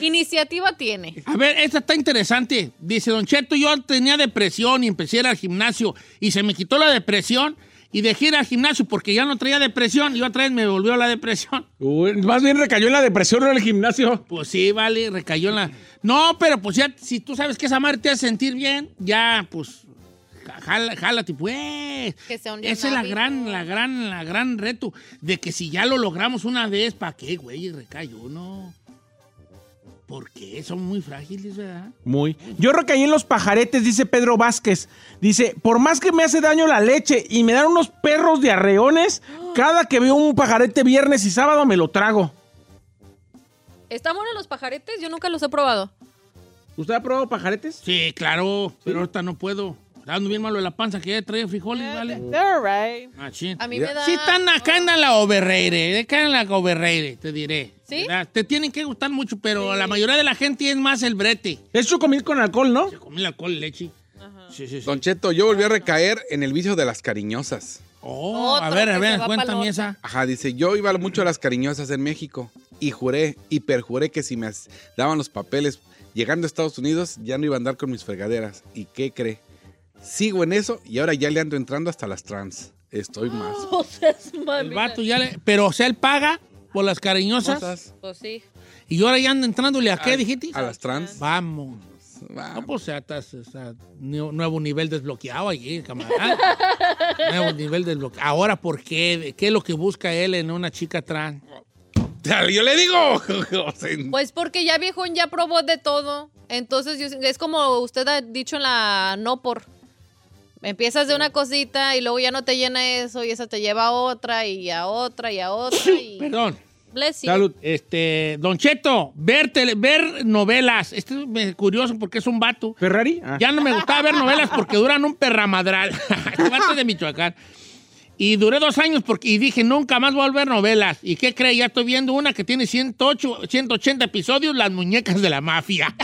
S3: Iniciativa tiene.
S2: A ver, esta está interesante. Dice, Don Cheto, yo tenía depresión y empecé a ir al gimnasio y se me quitó la depresión y dejé ir al gimnasio porque ya no traía depresión y otra vez me volvió la depresión.
S4: Uy, más bien recayó en la depresión o en el gimnasio.
S2: Pues sí, vale, recayó en la... No, pero pues ya, si tú sabes que esa madre te hace sentir bien, ya, pues, ja- jala- jálate, pues.
S3: Que sea un
S2: Esa es la
S3: hábito.
S2: gran, la gran, la gran reto de que si ya lo logramos una vez, ¿para qué, güey? Recayó, no. Porque son muy frágiles, ¿verdad?
S4: Muy. Yo recaí en los pajaretes, dice Pedro Vázquez. Dice, por más que me hace daño la leche y me dan unos perros de arreones, cada que veo un pajarete viernes y sábado me lo trago.
S3: ¿Están buenos los pajaretes? Yo nunca los he probado.
S4: ¿Usted ha probado pajaretes?
S2: Sí, claro, pero ahorita no puedo. Está Dando bien malo de la panza que ya trae frijoles, ¿vale?
S6: They're right.
S2: Machín.
S6: A mí me da-
S2: Sí, están acá en la overrated, eh, acá en la overrated, te diré.
S6: ¿Sí?
S2: ¿Verdad? Te tienen que gustar mucho, pero la mayoría de la gente es más el brete.
S4: Es chocomil con alcohol, ¿no?
S2: Comí la col leche. Sí, sí, sí.
S5: Don Cheto, yo volví a recaer en el vicio de las cariñosas.
S2: Oh, a ver, a ver, cuéntame esa.
S5: Ajá, dice, yo iba mucho a las cariñosas en México y juré y perjuré que si me as- daban los papeles llegando a Estados Unidos ya no iba a andar con mis fregaderas. ¿Y qué cree? Sigo en eso y ahora ya le ando entrando hasta las trans. Estoy más.
S2: El vato ya le... Pero, o sea, él paga por las cariñosas.
S3: Pues sí.
S2: Y ahora ya anda entrándole a qué, dijiste.
S5: A las trans.
S2: Vamos.
S5: Ah,
S2: No, pues, o sea, estás- o sea, nue- nuevo nivel desbloqueado allí, camarada. nuevo nivel desbloqueado. Ahora, ¿por qué? ¿Qué es lo que busca él en una chica trans?
S5: Yo le digo.
S3: Pues porque ya viejón ya probó de todo. Entonces yo- es como usted ha dicho en la no por. Empiezas de una cosita y luego ya no te llena eso y esa te lleva a otra y a otra y a otra y
S2: Perdón.
S3: bless you.
S2: Este, Don Cheto, ver, tele- ver novelas. Este es me- curioso porque es un vato.
S4: ¿Ferrari? Ah.
S2: Ya no me gustaba ver novelas porque duran un perramadral. este vato es de Michoacán. Y duré dos años porque, y dije, nunca más voy a ver novelas. ¿Y qué cree? Ya estoy viendo una que tiene 108, 180 episodios, Las Muñecas de la Mafia.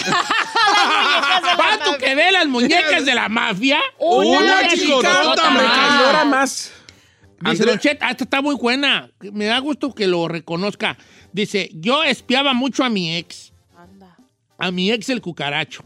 S2: ¿Vato que ve Las Muñecas de la Mafia?
S4: Una chicota me cayó ahora
S2: más. Dice,
S4: Andrea-
S2: Don Chet, ah, esta está muy buena. Me da gusto que lo reconozca. Dice, yo espiaba mucho a mi ex. A mi ex el cucaracho.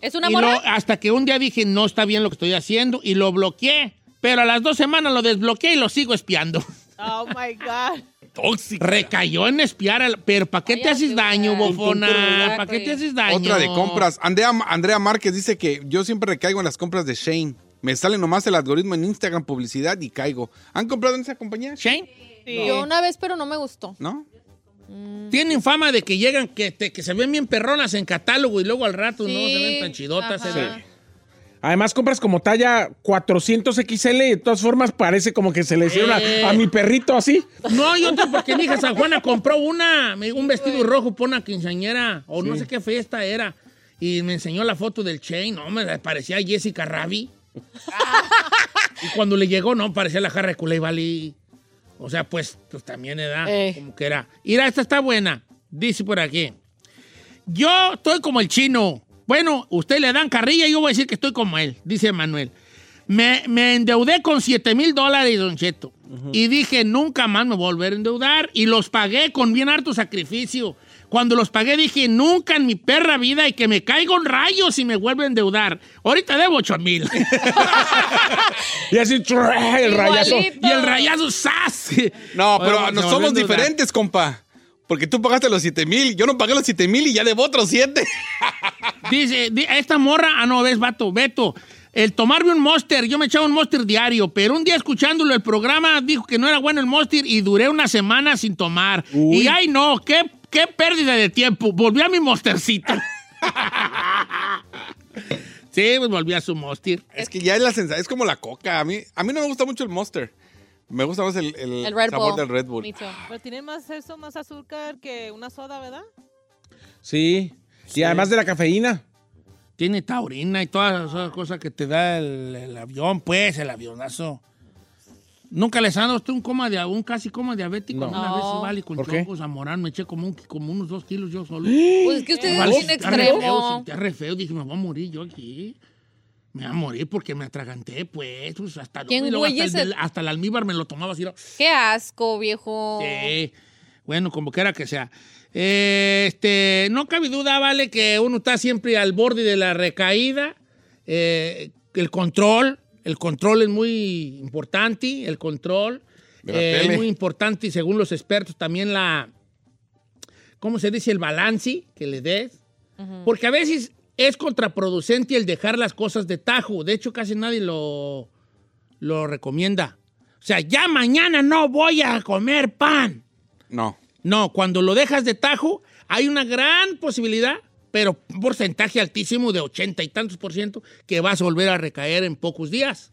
S3: ¿Es una
S2: Y lo-
S3: morra?
S2: hasta que un día dije, no está bien lo que estoy haciendo y lo bloqueé. Pero a las dos semanas lo desbloqueé y lo sigo espiando.
S6: Oh my God.
S2: Tóxica. Recayó en espiar, al- pero ¿para qué te haces daño, bofona? ¿Para qué te haces daño?
S5: Otra de compras. Andrea, Andrea Márquez dice que yo siempre recaigo en las compras de Shane. Me sale nomás el algoritmo en Instagram, publicidad y caigo. ¿Han comprado en esa compañía?
S2: ¿Shane?
S3: Yo una vez, pero no me gustó.
S5: ¿No?
S2: Tienen fama de que llegan, que, te- que se ven bien perronas en catálogo y luego al rato no
S3: Sí,
S2: se ven tan chidotas. ¿eh?
S3: ajá.
S2: se ven-
S4: Además, compras como talla 400 XL y de todas formas parece como que se le hicieron
S2: Eh.
S4: a, a mi perrito así.
S2: No, yo otra porque mi hija San Juana compró una, me- un vestido rojo por una quinceañera, o no
S4: Sí.
S2: sé qué fiesta era. Y me enseñó la foto del chain, no, me parecía a Jessica Rabi. y cuando le llegó, no, parecía la Harry Culey Valley. O sea, pues, pues también era
S4: Eh.
S2: como que era. Mira, esta está buena. Dice por aquí. Yo estoy como el chino. Bueno, usted le dan carrilla y yo voy a decir que estoy como él, dice Manuel. Me, me endeudé con 7 mil dólares, don Cheto. Y dije, nunca más me voy a volver a endeudar. Y los pagué con bien harto sacrificio. Cuando los pagué dije, nunca en mi perra vida y que me caigo en rayos si me vuelvo a endeudar. Ahorita debo 8 mil.
S4: Y así, ¡tra! el rayazo.
S2: Y el rayazo, ¡zas!
S5: No, pero
S2: Bueno,
S5: no
S2: se volvió a
S5: somos
S2: endeudar.
S5: diferentes, compa. Porque tú pagaste los 7 mil, yo no pagué los 7 mil y ya debo otros 7.
S2: Dice, di- esta morra, ah, no, ves, vato, Beto. El tomarme un monster, yo me echaba un monster diario, pero un día escuchándolo el programa dijo que no era bueno el monster y duré una semana sin tomar. Y ay, no, qué, qué pérdida de tiempo. Volví a mi monstercita. sí, pues volví a su monster.
S5: Es que ya es la sensación, es como la coca. A mí, a mí no me gusta mucho el Monster. Me gusta más el, el
S6: El Red
S5: sabor
S6: Bull.
S5: del Red Bull.
S6: Pero tiene más eso, más azúcar que una soda, ¿verdad?
S4: Sí. Y además de la cafeína.
S2: Tiene taurina y todas esas cosas que te da el, el avión, pues, el avionazo. ¿Nunca les ha dado usted un coma de un casi coma diabético?
S4: No.
S2: Una
S4: No.
S2: vez sí, vale, con
S4: ¿Por qué?
S2: chocos zamorano, me eché como, un- como unos dos kilos yo solo.
S3: Pues es que usted es
S2: Igual,
S3: bien
S2: sentía re feo,
S3: extremo.
S2: sentía re feo, dije, me voy a morir yo aquí. Me voy a morir porque me atraganté, pues. pues, hasta,
S3: ¿Quién
S2: y luego
S3: güey
S2: hasta, el,
S3: es el-
S2: del- hasta el almíbar me lo tomaba así. ¿no?
S3: Qué asco, viejo.
S4: Oh.
S2: Sí. Bueno, como quiera que sea. Eh, este, no cabe duda, vale, que uno está siempre al borde de la recaída. Eh, el control, el control es muy importante, el control
S5: De la
S2: eh,
S5: tele.
S2: es muy importante y según los expertos también la, ¿cómo se dice? El balance que le des. Porque a veces es contraproducente el dejar las cosas de tajo. De hecho, casi nadie lo, lo recomienda. O sea, ya mañana no voy a comer pan.
S5: No.
S2: No, cuando lo dejas de tajo, hay una gran posibilidad, pero un porcentaje altísimo de ochenta y tantos por ciento, que vas a volver a recaer en pocos días.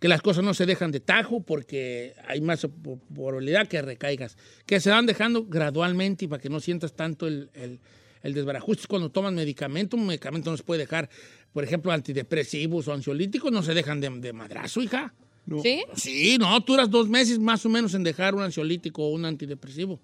S2: Que las cosas no se dejan de tajo porque hay más po- probabilidad que recaigas. Que se van dejando gradualmente y para que no sientas tanto el, el- El desbarajuste es cuando toman medicamento, un medicamento no se puede dejar, por ejemplo, antidepresivos o ansiolíticos, no se dejan de, de madrazo, hija.
S3: ¿Sí?
S2: Sí, no, tú duras dos meses más o menos en dejar un ansiolítico o un antidepresivo.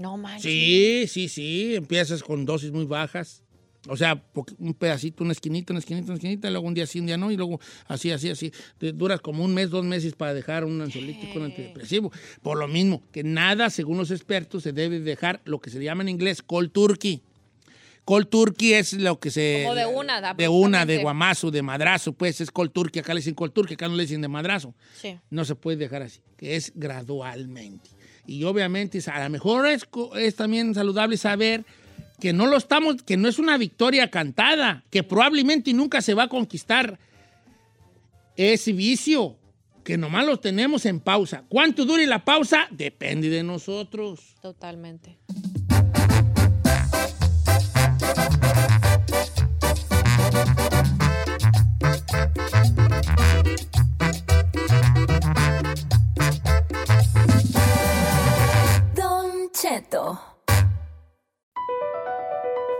S3: No manches.
S2: Sí, sí, sí, empiezas con dosis muy bajas. O sea, po- un pedacito, una esquinita, una esquinita, una esquinita, y luego un día sí, un día no, y luego así, así, así. Te duras como un mes, dos meses para dejar un ansiolítico, un antidepresivo. Por lo mismo, que nada, según los expertos, se debe dejar lo que se llama en inglés cold turkey. Cold turkey es lo que se...
S3: Como de una, da-
S2: De una, de
S3: abruptamente.
S2: guamazo, de madrazo, pues es cold turkey. Acá le dicen cold turkey, acá no le dicen de madrazo.
S3: Sí.
S2: No se puede dejar así, que es gradualmente. Y obviamente, es- a lo mejor es, co- es también saludable saber que no lo estamos, que no es una victoria cantada, que probablemente nunca se va a conquistar ese vicio, que nomás lo tenemos en pausa. ¿Cuánto dure la pausa? Depende de nosotros.
S3: Totalmente.
S7: Don Cheto.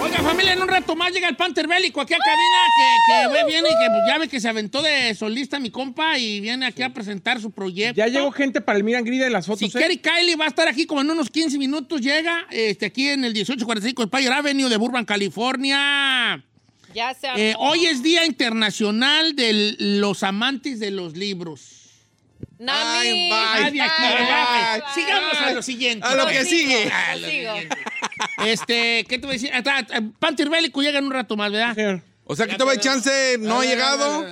S2: Oiga, familia, en un rato más llega el Panther Bélico aquí a cabina, que, que viene y que pues, ya ve que se aventó de solista mi compa y viene aquí a presentar su proyecto.
S4: Ya llegó gente para el Miran Grida de
S5: Pues,
S4: las fotos. ¿eh?
S2: Si
S5: eh.
S2: quiere, Kylie va a estar aquí como en unos 15 minutos. Llega este, aquí en el 1845 de Payer Avenue de Burbank, California.
S3: Ya se
S2: Eh, hoy es Día Internacional de los Amantes de los Libros.
S3: Nami.
S2: Nadie aquí, ¿verdad? Sigamos a lo siguiente.
S5: A lo que sigue.
S2: A lo siguiente. Este, ¿qué te voy a decir? Hasta, hasta, Panther Bélico llega en un rato más,
S4: Ah.
S2: ¿verdad?
S5: O sea, que todavía hay chance, no ha llegado.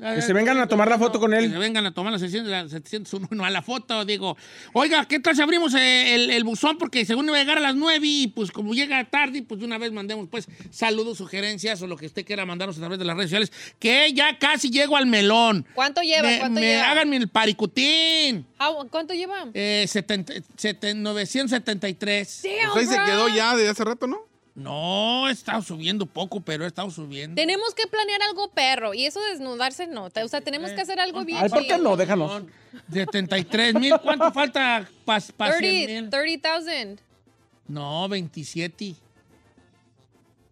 S2: Que
S4: Que se vengan a tomar la foto con
S2: Que
S4: él.
S2: vengan a tomar la 700, la 701 a la foto, digo. Oiga, ¿qué tal si abrimos eh, el, el buzón? Porque según iba a llegar a las 9 y pues como llega tarde, pues de una vez mandemos pues saludos, sugerencias o lo que usted quiera mandarnos a través de las redes sociales, que ya casi llego al melón.
S3: ¿Cuánto lleva?
S2: Me-
S3: ¿Cuánto
S2: me
S3: lleva?
S2: háganme el paricutín.
S3: How- ¿Cuánto lleva?
S2: Eh, 70, 70, 973.
S3: Damn, Pues ahí se bro. quedó
S2: ya desde hace rato, ¿no? No, he estado subiendo poco, pero he estado subiendo.
S3: Tenemos que planear algo perro y eso desnudarse no. te- O sea, tenemos que hacer algo bien.
S2: Eh, Ay, ¿por
S3: chido.
S2: qué no? Déjanos. 73 mil, ¿cuánto falta para 100
S3: 30
S2: mil?
S3: 30,000.
S2: No, 27.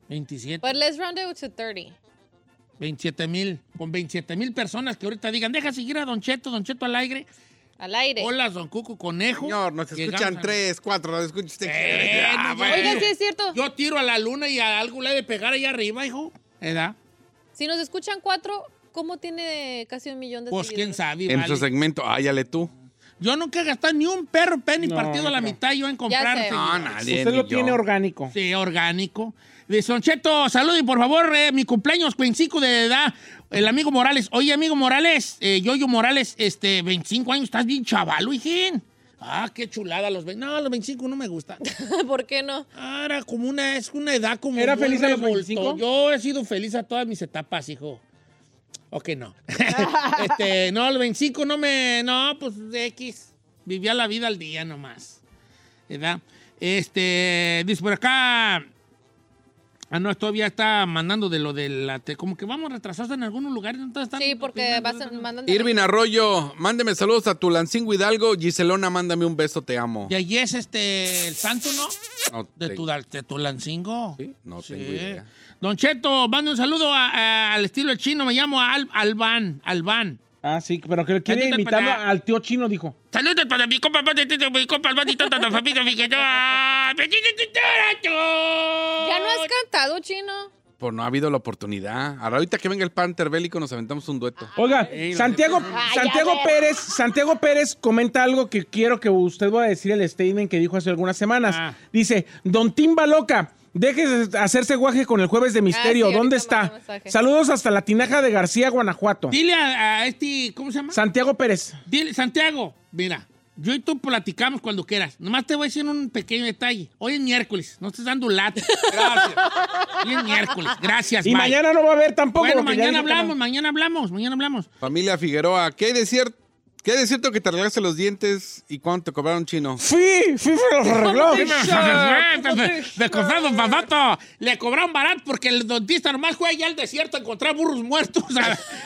S2: 27.
S3: But let's round it to 30.
S2: 27 mil. Con 27 mil personas que ahorita digan, deja seguir a Don Cheto, Don Cheto al aire.
S3: Al aire.
S2: Hola, Don Cuco Conejo. Señor, nos
S5: escuchan
S2: tres, cuatro, nos escuchan Eh,
S5: Ah, bueno.
S3: Oiga, sí es cierto.
S2: Yo tiro a la luna y a algo le he de pegar ahí arriba, hijo. ¿Edad?
S3: Si nos escuchan cuatro, ¿cómo tiene casi un millón de
S2: Pues quién
S3: seguidores?
S2: sabe.
S5: En
S2: vale.
S5: su segmento, háyale tú.
S2: Yo nunca he gastado ni un perro penny
S5: No,
S2: partido a la
S5: no.
S2: mitad yo en comprar.
S3: sé.
S2: seguidores.
S5: No, nadie, Usted ni lo yo. tiene
S4: orgánico.
S2: Sí, orgánico. Dice, Don Cheto, saluden por favor, eh, mi cumpleaños, 25 de edad, el amigo Morales. Oye, amigo Morales, eh, Yoyo Morales, este, 25 años, estás bien chaval, hijín. Ah, qué chulada, los ve- No, los 25 no me gusta.
S3: ¿Por qué no?
S2: Ah, Era como una, es una edad como...
S4: ¿Era
S2: muy
S4: feliz a los
S2: revolto.
S4: 25?
S2: Yo he sido feliz a todas mis etapas, hijo. Ok, no. este, no, los 25 no me... No, pues X. Vivía la vida al día nomás. ¿Verdad? Este, dice por acá... Ah, no, todavía está mandando de lo de la... te- Como que vamos retrasados en algunos lugares. ¿no? Están-
S3: Sí, porque vas a- mandan... de-
S5: Irvin Arroyo, mándeme saludos a Tulancingo Hidalgo. Giselona, mándame un beso, te amo.
S2: Y allí es este, el santo, ¿no?
S5: No
S2: De,
S5: te-
S2: tu, de Tulancingo. Sí,
S5: no tengo idea.
S2: Don Cheto, manda un saludo a- a- al estilo del chino. Me llamo Al- Alban. Alban.
S4: Ah, sí, pero que quiere
S2: Ayúdame
S4: imitarlo
S2: para-
S4: al tío chino, dijo.
S2: Saludos para mi compa, para mi compa, para mi tata, para mi Figueroa.
S3: Ya no has cantado, chino.
S5: Por no ha habido la oportunidad. Ahora, ahorita que venga el Panther Bélico, nos aventamos un dueto.
S4: Oiga,
S5: Ey, la
S4: Santiago,
S5: neta, no.
S4: Santiago
S5: Ay, a ver.
S4: Pérez, Santiago Pérez comenta algo que quiero que usted vaya a decir el statement que dijo hace algunas semanas. Dice, Don Timba Loca, deje de hacerse guaje con el jueves de misterio.
S2: sí,
S4: ¿Dónde
S2: ahorita
S4: está?
S2: mando mensaje.
S4: Saludos hasta la tinaja de García, Guanajuato.
S2: Dile a, a este, ¿cómo se llama?
S4: Santiago Pérez.
S2: Dile, Santiago, mira, yo y tú platicamos cuando quieras. Nomás te voy a decir un pequeño detalle. Hoy es miércoles, no estés dando lata. Gracias. Hoy es miércoles, gracias,
S4: Y
S2: bye.
S4: mañana no va a haber tampoco.
S2: Bueno,
S4: porque ya
S2: mañana
S4: dijo que no.
S2: hablamos, mañana hablamos, mañana hablamos.
S5: Familia Figueroa, ¿qué hay de cierto? ¿Qué hay de cierto que te arreglaste los dientes y cuánto te cobraron chino?
S4: Sí, sí, se los arregló.
S2: Le cobraron barato. Le cobraron barato porque el dentista nomás fue allá al desierto a encontrar burros muertos.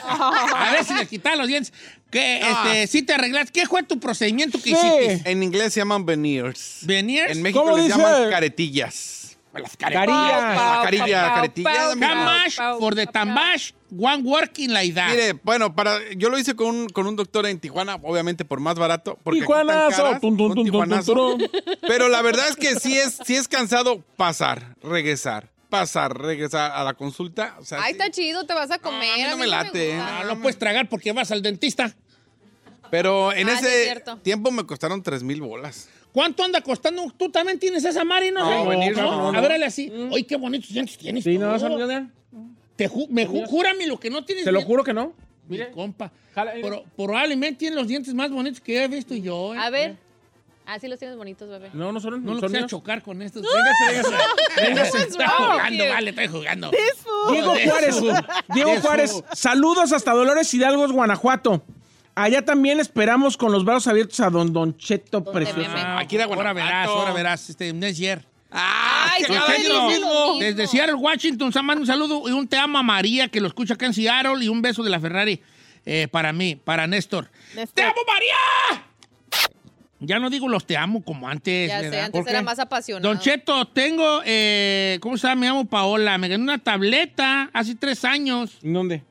S2: A, a ver si le quitaban los dientes. Que,
S5: Ah.
S2: este, sí te arreglaste. ¿Qué fue tu procedimiento que hiciste?
S5: En inglés se llaman veneers.
S2: ¿Veneers?
S5: En México
S2: ¿Cómo
S5: les
S2: dice?
S5: llaman caretillas. Las
S2: Carillas.
S5: La carilla, caretilla. amigo.
S2: Camash por the tambash, one work in la edad.
S5: Mire, bueno, para, yo lo hice con un, con un doctor en Tijuana, obviamente por más barato. Porque aquí están
S4: Tijuanazo,
S5: caras,
S4: tun, tun, tun,
S5: un
S4: tun,
S5: tijuanazo.
S4: turun.
S5: Pero la verdad es que sí es, sí es cansado pasar, regresar, pasar, regresar a la consulta. O sea,
S2: Ah,
S3: Ay, está chido, te vas a comer. a mí
S5: no me late.
S3: gusta.
S5: No,
S2: no puedes tragar porque vas al dentista.
S5: Pero en
S2: Ah, sí es
S5: ese
S2: cierto.
S5: tiempo me costaron tres mil bolas.
S2: ¿Cuánto anda costando? Tú también tienes esa Mari, ¿no?
S5: No,
S2: sé?
S5: venir, no, no. Mm.
S2: A ver, dale así. Oye, qué bonitos dientes tienes.
S4: Sí,
S2: tú.
S4: no, son-
S2: Te ju- me ju-
S4: Míos.
S2: júrame lo que no tienes.
S4: Te lo
S2: bien-
S4: juro que no.
S2: Mi compa. Pro- probablemente tiene los dientes más bonitos que he visto yo. ¿eh?
S3: A ver. Así los tienes bonitos, bebé.
S4: No, no son.
S2: No lo
S4: son
S2: quisiera
S4: míos.
S2: chocar con estos.
S4: Véngase, véngase. Véngase.
S2: Estoy
S4: What's wrong
S2: jugando,
S4: with you?
S2: vale, estoy jugando.
S4: Diego
S2: De
S4: Juárez.
S2: su- de
S4: Diego
S2: su-
S4: Juárez. Saludos hasta Dolores Hidalgo, Guanajuato. Allá también esperamos con los brazos abiertos a Don Don Cheto precioso.
S2: Ah, Aquí era Ahora verás, ahora verás. Este, Nesier.
S5: ¡Ay,
S4: cada vez lo mismo.
S2: Desde Seattle, Washington, se manda un saludo y un te amo a María, que lo escucha acá en Seattle, y un beso de la Ferrari eh, para mí, para Néstor. ¡Te amo, María! Ya no digo los te amo como antes.
S3: Ya sé,
S2: ¿verdad?
S3: antes
S2: ¿Por
S3: era
S2: qué?
S3: más apasionado.
S2: Don Cheto, tengo, eh, ¿cómo se llama? Me llamo Paola. Me gané una tableta hace tres años. Ah,
S4: ¿Dónde?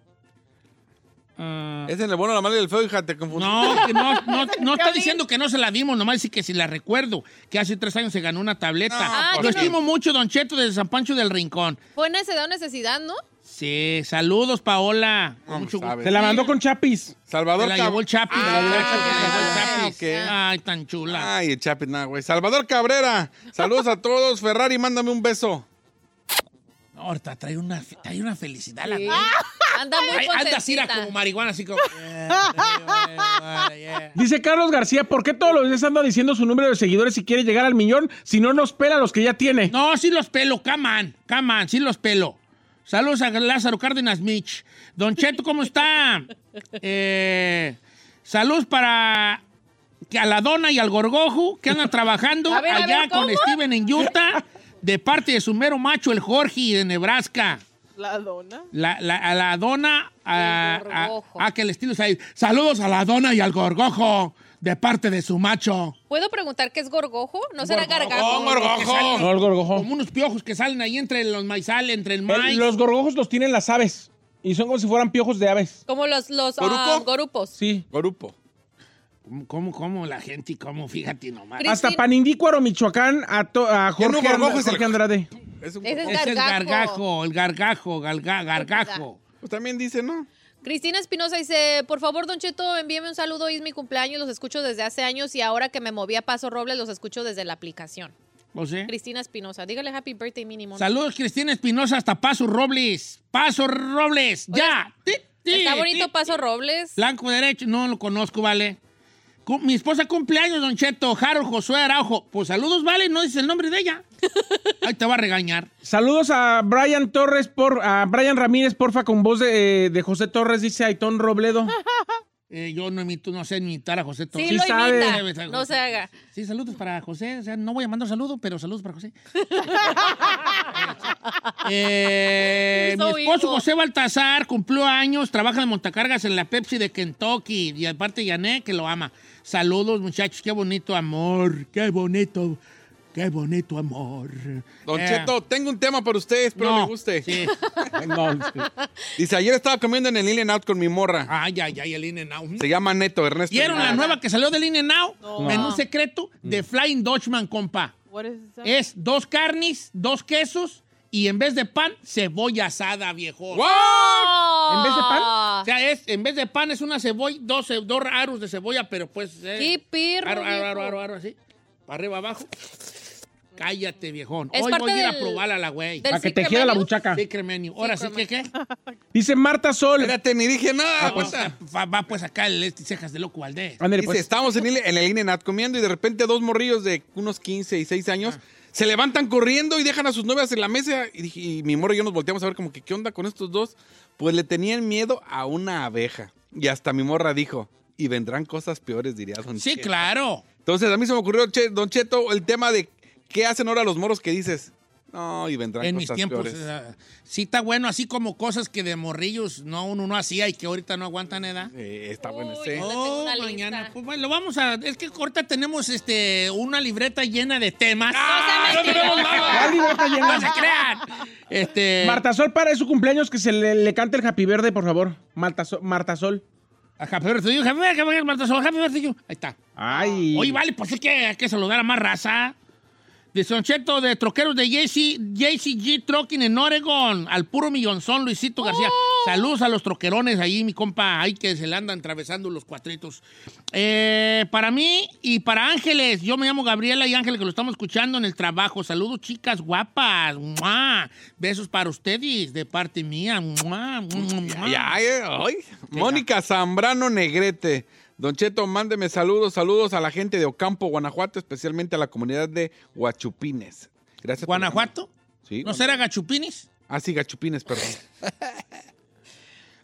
S5: Es en el bueno, la mala y el feo, hija, te confundí.
S2: No, que no, no, no está diciendo que no se la dimos, nomás dice que si la recuerdo, que hace tres años se ganó una tableta.
S3: No, Ah, por
S2: Lo
S3: sí.
S2: estimo mucho, Don Cheto, desde San Pancho del Rincón.
S3: Fue necesidad o necesidad, ¿no?
S2: Sí, saludos, Paola. Con mucho gusto.
S4: Se la mandó con Chapis.
S2: Te
S5: Salvador
S2: la
S5: Cab-
S2: llevó el Chapi. te la llevó el Chapi, te la llevó el Chapi.
S5: Ah, ok.
S2: Ay, tan chula.
S5: Ay, el Chapit, nada, güey. Salvador Cabrera, saludos a todos. Ferrari, mándame un beso.
S2: No, ahorita trae una, fe- trae una felicidad la
S3: Sí.
S2: güey.
S3: Anda muy
S2: Ay, Anda así era
S3: contentita.
S2: como marihuana, así como...
S4: Dice Carlos García, ¿por qué todos los días anda diciendo su número de seguidores si quiere llegar al millón si no nos pela los que ya tiene?
S2: No, sí los pelo, caman, caman, sí los pelo. Saludos a Lázaro Cárdenas Mitch. Don Cheto, ¿cómo está? Eh, saludos para que a la dona y al gorgojo que andan trabajando
S9: A ver, a ver,
S2: allá con
S9: ¿cómo?
S2: Steven en Utah, de parte de su mero macho, el Jorge de Nebraska.
S6: La dona.
S2: La, la- a la dona, a, a- a que el estilo sea ahí. Saludos a la dona y al gorgojo, de parte de su macho.
S3: ¿Puedo preguntar qué es gorgojo? ¿No será gargajo?
S2: Gorgojo, gorgojo.
S4: No, el gorgojo.
S2: Como unos piojos que salen ahí entre los maizales, entre el
S4: El-
S2: maíz.
S4: Eh, los gorgojos los tienen las aves y son como si fueran piojos de aves.
S3: Como los, los
S4: ¿Goruco?
S3: ah, gorupos.
S4: Sí.
S5: Gorupo.
S2: ¿Cómo, cómo, cómo la gente, cómo? Fíjate nomás.
S4: Hasta Panindícuaro, Michoacán, a, to- a Jorge,
S2: no, gorgojo
S4: Andra-
S2: es el-
S4: Jorge Andrade.
S3: Ese es
S2: Ese
S3: gargajo.
S2: es gargajo, el gargajo, galga- gargajo.
S5: Pues también dice, ¿no?
S3: Cristina Espinosa dice, por favor, Don Cheto, envíeme un saludo, hoy es mi cumpleaños, los escucho desde hace años y ahora que me moví a Paso Robles, los escucho desde la aplicación.
S2: No sé.
S3: Cristina Espinosa, dígale happy birthday mínimo.
S2: Saludos, Cristina Espinosa, hasta Paso Robles. Paso Robles, ya. Ti, ti,
S3: Está
S2: ti.
S3: bonito Paso Robles.
S2: Blanco derecho, no lo conozco, vale. Cu- Mi esposa cumpleaños, Don Cheto, Harold Josué Araujo. Pues saludos, vale, no dice el nombre de ella. Ahí te va a regañar.
S4: Saludos a Brian Torres, por, a Brian Ramírez, porfa, con voz de, de José Torres, dice Aitón Robledo.
S2: Eh, yo no, imito, no sé imitar a José Torres.
S3: Sí, lo imita. No se haga.
S2: Sí, saludos para José. O sea, no voy a mandar un saludo, pero saludos para José. Eh, mi
S3: Hizo
S2: esposo
S3: hijo.
S2: José Baltasar cumplió años, trabaja de montacargas en la Pepsi de Kentucky. Y aparte Yané, que lo ama. Saludos, muchachos. Qué bonito amor. Qué bonito. Qué bonito amor.
S5: Don
S2: Eh,
S5: Cheto, tengo un tema para usted, espero
S2: No,
S5: le guste.
S2: sí.
S5: Dice, ayer estaba comiendo en el In Out con mi morra.
S2: Ay, ay, ay, el In Out.
S5: Se llama Neto, Ernesto.
S2: Ah. ¿Vieron la
S5: Hernández.
S2: nueva que salió del INE Now?
S5: No.
S2: Menú secreto
S5: Mm.
S2: de Flying Dutchman, compa.
S6: What is that?
S2: Es dos carnes, dos quesos y en vez de pan, cebolla asada, viejo.
S3: ¡Wow!
S2: ¿En vez de pan? O sea, es, en vez de pan es una cebolla, dos, ce- dos aros de cebolla, pero pues... eh,
S3: ¡Qué perro,
S2: Aro, aro, aro,
S3: viejo!
S2: aro, aro, así. Para arriba, abajo. Cállate, viejón.
S3: Es
S2: Hoy
S3: parte
S2: voy a ir a
S3: del-
S2: probarla, la güey.
S3: del
S4: Para que te secret quiera la menu. buchaca.
S2: Secret menu. Ahora sí, ¿qué, qué?
S4: Dice Marta Sol.
S5: Espérate, ni dije nada.
S2: Va, pues, va, va, pues acá el este, cejas de loco Valdés.
S5: Dice,
S4: pues.
S5: este, estábamos en el, en el In Out comiendo y de repente dos morrillos de unos 15 y 6 años
S2: Ah.
S5: se levantan corriendo y dejan a sus novias en la mesa. Y, dije- y mi morro y yo nos volteamos a ver como que, ¿qué onda con estos dos? Pues le tenían miedo a una abeja. Y hasta mi morra dijo, y vendrán cosas peores, diría Don
S2: Sí,
S5: Cheto.
S2: claro.
S5: Entonces a mí se me ocurrió, Che- Don Cheto, el tema de qué hacen ahora los moros que dices, no, y vendrán
S2: en mis
S5: cosas
S2: tiempos.
S5: peores.
S2: eh, sí está bueno, así como cosas que de morrillos no uno no hacía y que ahorita no aguantan edad.
S5: Eh, está bueno
S2: Oh,
S5: ese.
S2: mañana. Pues, bueno, lo vamos a. Es que ahorita tenemos este, una libreta llena de temas. ¡Ah! ¡No tenemos nada!
S4: ¿Cuál libreta llena?
S2: ¡No se crean!
S5: eh.
S2: Este.
S4: Marta Sol para su cumpleaños que se le, le cante el Happy Verde, por favor. Marta Sol. Marta Sol.
S2: Happy Birthday to you, Happy Birthday, Happy Birthday, Marta Sol, Happy Birthday to you. Ahí está.
S4: Ay.
S2: Oye, vale, pues es que hay que saludar a más raza. De Soncheto de Troqueros de JC, JCG Trucking en Oregon. Al puro millonzón Luisito García. Saludos a los troquerones ahí, mi compa. Ahí que se le andan atravesando los cuatritos. Eh, para mí y para Ángeles. Yo me llamo Gabriela y Ángeles que lo estamos escuchando en el trabajo. Saludos, chicas guapas. ¡Mua! Besos para ustedes de parte mía. ¡Mua! ¡Mua! ¡Mua!
S5: Ay, ay, eh, ay. Mónica Zambrano Negrete. Don Cheto, mándeme saludos, saludos a la gente de Ocampo, Guanajuato, especialmente a la comunidad de Huachupines. Gracias. por-
S2: ¿Guanajuato?
S5: Sí.
S2: ¿No será Gachupines?
S5: Ah, sí, Gachupines, perdón.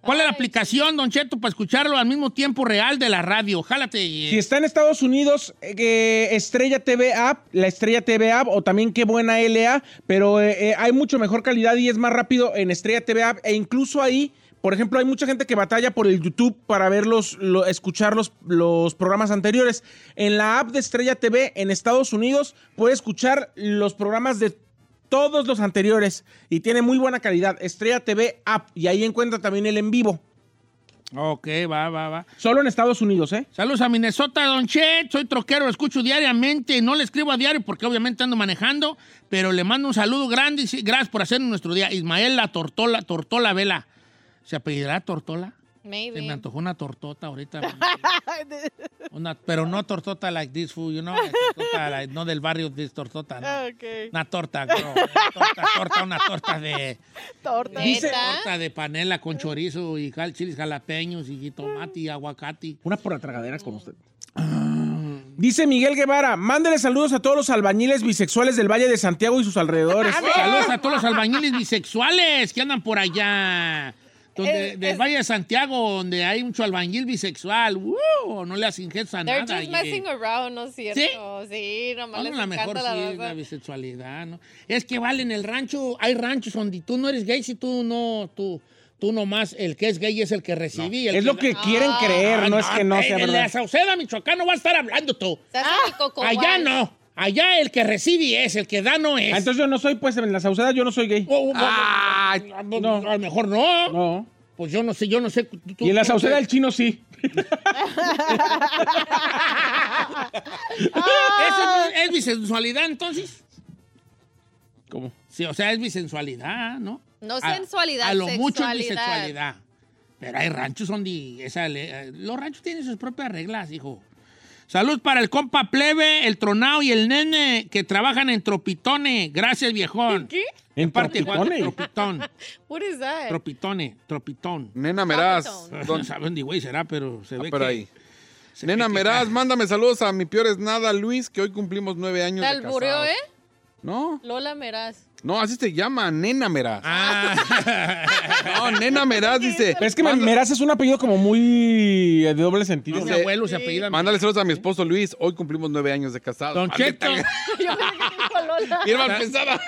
S2: ¿Cuál es la aplicación, Don Cheto, para escucharlo al mismo tiempo real de la radio? Jálate. eh,
S4: Si está en Estados Unidos, eh, que Estrella TV App, la Estrella TV App o también qué buena LA, pero eh, eh, hay mucho mejor calidad y es más rápido en Estrella TV App e incluso ahí, por ejemplo, hay mucha gente que batalla por el YouTube para ver los, lo- escuchar los, los programas anteriores. En la app de Estrella TV en Estados Unidos puede escuchar los programas de todos los anteriores y tiene muy buena calidad. Estrella TV App y ahí encuentra también el en vivo.
S2: Ok, va, va, va.
S4: Solo en Estados Unidos, ¿eh?
S2: Saludos a Minnesota, Don Che. Soy troquero, lo escucho diariamente. No le escribo a diario porque obviamente ando manejando, pero le mando un saludo grande y sí, gracias por hacer nuestro día. Ismael La Tortola, Tortola Vela. ¿Se apellidará Tortola? Se me
S3: Maybe.
S2: antojó una tortota ahorita. Una- pero no tortota like this food, you know? Tortota like- no del barrio this tortota, no.
S6: Ok.
S2: Una torta, girl. Una torta, torta, una torta de...
S6: Torta.
S4: Dice-
S3: ¿Ah?
S2: Torta de panela con chorizo y cal- chiles jalapeños y tomate y aguacate.
S4: Una por la tragadera con usted. Dice Miguel Guevara, mándele saludos a todos los albañiles bisexuales del Valle de Santiago y sus alrededores.
S2: Ah, Saludos a todos los albañiles bisexuales que andan por allá. Donde, del Valle de Santiago, donde hay mucho albañil bisexual. ¡Uh! no le hacen gesto a
S3: They're
S2: nada.
S3: just
S2: ye.
S3: messing around, ¿no es cierto? Sí, nomás
S2: Bueno,
S3: les
S2: la mejor
S3: encanta
S2: sí
S3: la
S2: es la
S3: raza.
S2: bisexualidad, ¿no? Es que vale, en el rancho hay ranchos donde tú no eres gay si tú no, tú, tú nomás, el que es gay es el que recibí. el
S4: Es lo que quieren creer, no es que no sea
S2: Ah, en la
S4: verdad.
S2: Sauceda, Michoacán, no va a estar hablando tú.
S3: Se hacen el coco
S2: Ah, Allá
S3: wash.
S2: no. Allá el que recibe es, el que da no es.
S4: Ah, entonces yo no soy, pues en la Sauceda yo no soy gay.
S2: Oh, oh, oh,
S5: Ay,
S2: oh, oh, A lo mejor no.
S4: No.
S2: Pues yo no sé, yo no sé. tú- tú-
S4: Y en la
S2: tú no sé.
S4: Sauceda el chino sí.
S2: ¿Eso no
S3: ¡Ah!
S2: es, es bisexualidad entonces?
S4: ¿Cómo?
S2: Sí, o sea, es bisensualidad, ¿no?
S3: No
S2: A-
S3: sensualidad,
S2: A lo mucho es
S3: sexualidad.
S2: bisexualidad. Pero hay ranchos donde esa le- eh, los ranchos tienen sus propias reglas, hijo. Salud para el compa plebe, el tronao y el nene que trabajan en Tropitone. Gracias, viejón.
S3: ¿Qué?
S4: En
S2: Parte Juan de
S4: Tropitone.
S2: Tropitón.
S3: What is that?
S2: Tropitone, Tropitón.
S5: Nena Meraz.
S2: No
S5: Don-
S2: sabe dónde güey será, pero se
S5: Mm. Ah,
S2: Ah, ve
S5: pero
S2: que...
S5: ahí. Nena
S2: que-
S5: Meraz, mándame saludos a mi peor es nada, Luis, que hoy cumplimos nueve años.
S3: ¿Te
S5: de
S3: albureó,
S5: casados.
S3: eh?
S5: No,
S3: Lola Meraz.
S5: no, así se llama, Nena Meraz. No, Nena Meraz dice.
S4: Pero es que Meraz es un apellido como muy eh, de doble sentido.
S5: Dice, Mándale saludos a mi esposo Luis. Hoy cumplimos nueve años de casados.
S4: Don Cheto.
S5: Irma Quesada.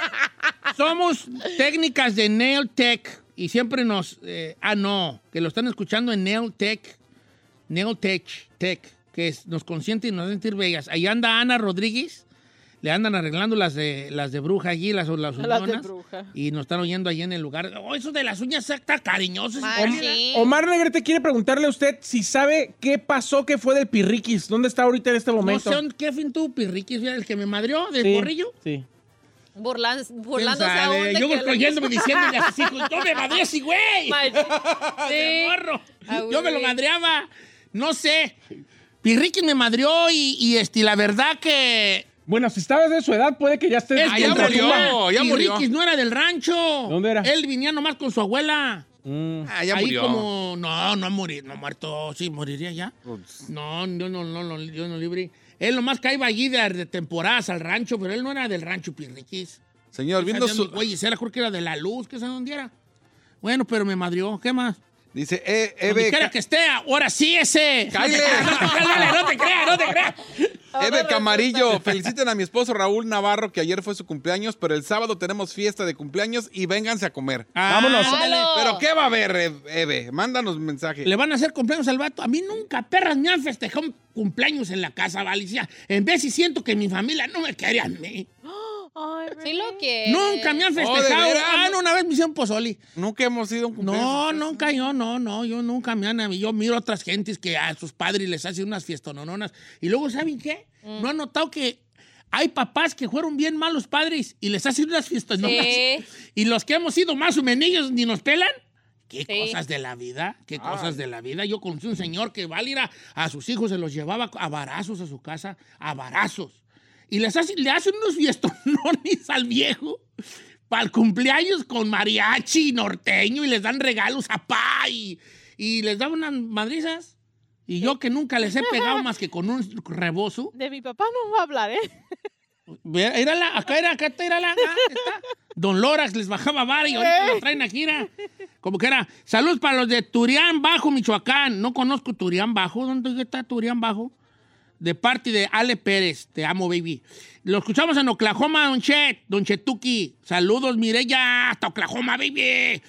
S2: Somos técnicas de Nail Tech y siempre nos... eh, ah, no, que lo están escuchando en Nail Tech. Nail Tech, Tech, que es- nos consiente y nos hace sentir bellas. Ahí anda Ana Rodríguez. Le andan arreglando las de, las de bruja allí, las, las
S6: Las de
S2: uñonas,
S6: bruja.
S2: Y nos están oyendo allí en el lugar. Oh, eso de las uñas está cariñoso. ese
S4: Om-
S2: cariño.
S4: Omar Negrete quiere preguntarle a usted si sabe qué pasó, qué fue del Pirriquis. ¿Dónde está ahorita en este momento?
S2: No sé, ¿qué fin tuvo Pirriquis? Mira, El que me madrió del
S4: Sí,
S2: borrillo.
S4: Sí.
S3: Burlan- burlándose
S2: sabe?
S3: aún de
S2: Yo
S3: que
S2: voy cogiéndome diciéndole a sus hijos, "No me madrees, sí, güey".
S3: Mal-
S2: De
S3: Sí.
S2: morro.
S3: Ah,
S2: Yo me lo
S3: güey.
S2: madreaba. No sé. Pirriquis me madrió y, y, este, la verdad que.
S4: Bueno, si estabas de su edad, puede que ya esté.
S2: Es que
S4: en
S2: ya
S4: Tacubaya.
S2: murió, ya murió. Pirriquis no era del rancho.
S4: ¿Dónde era?
S2: Él venía nomás con su abuela.
S4: Mm.
S5: Ah, ya
S2: Ahí
S5: murió.
S2: como, no, no morí, no muerto, sí, moriría ya. No, yo no, no, no, yo no libre. Él nomás caía allí de, de temporadas al rancho, pero él no era del rancho pues, Pirriquis.
S5: Señor, viendo
S2: Salía mi
S5: su.
S2: güey, era, creo que era de la luz, que sabe dónde era. Bueno, pero me madrió, ¿qué más?
S5: Dice, eh,
S2: Donde
S5: Eve,
S2: quiera que esté, ahora sí ese.
S5: Calle.
S2: No te creas, no te creas, no te creas.
S5: Eve Camarillo, feliciten a mi esposo Raúl Navarro, que ayer fue su cumpleaños, pero el sábado tenemos fiesta de cumpleaños y vénganse a comer.
S2: Ah.
S4: Vámonos.
S2: Ándale.
S5: ¿Pero qué va a haber, Ev- Eve? Mándanos un mensaje.
S2: Le van a hacer cumpleaños al vato. A mí nunca, perras, me han festejado un cumpleaños en la casa, Valicia. En vez si siento que mi familia no me quiere a mí.
S3: Sí lo que.
S2: Nunca me han
S5: Oh, ¿de
S2: festejado.
S5: veras?
S2: ah, no, una vez me hicieron pozoli.
S5: Nunca hemos ido a un cumpleaños.
S2: No, nunca yo, no, no, yo nunca me han... Yo miro a otras gentes que a sus padres les hacen unas fiestonononas. Y luego, ¿saben qué? No han notado que hay papás que fueron bien malos padres y les hacen unas fiestononas.
S3: Sí.
S2: Y los que hemos sido más humenillos ni nos pelan. Qué
S3: Sí.
S2: cosas de la vida, qué cosas de la vida. Yo conocí un señor que Valira a sus hijos se los llevaba a barazos a su casa, a barazos. Y les hace- le hacen unos fiestonones al viejo para el cumpleaños con mariachi y norteño y les dan regalos a pa y, y les dan unas madrizas. Y yo que nunca les he pegado más que con un rebozo.
S6: De mi papá no voy a hablar, ¿eh?
S2: Ve, Mírala, acá era, acá está, mírala, acá está. Don Lorax les bajaba vara y ahorita lo traen aquí, era. Como que era. Salud para los de Turián Bajo, Michoacán. No conozco Turián Bajo. ¿Dónde está Turián Bajo? De parte de Ale Pérez. Te amo, baby. Lo escuchamos en Oklahoma, Don Chet. Don Chetuki. Saludos, Mireya. Hasta Oklahoma, baby.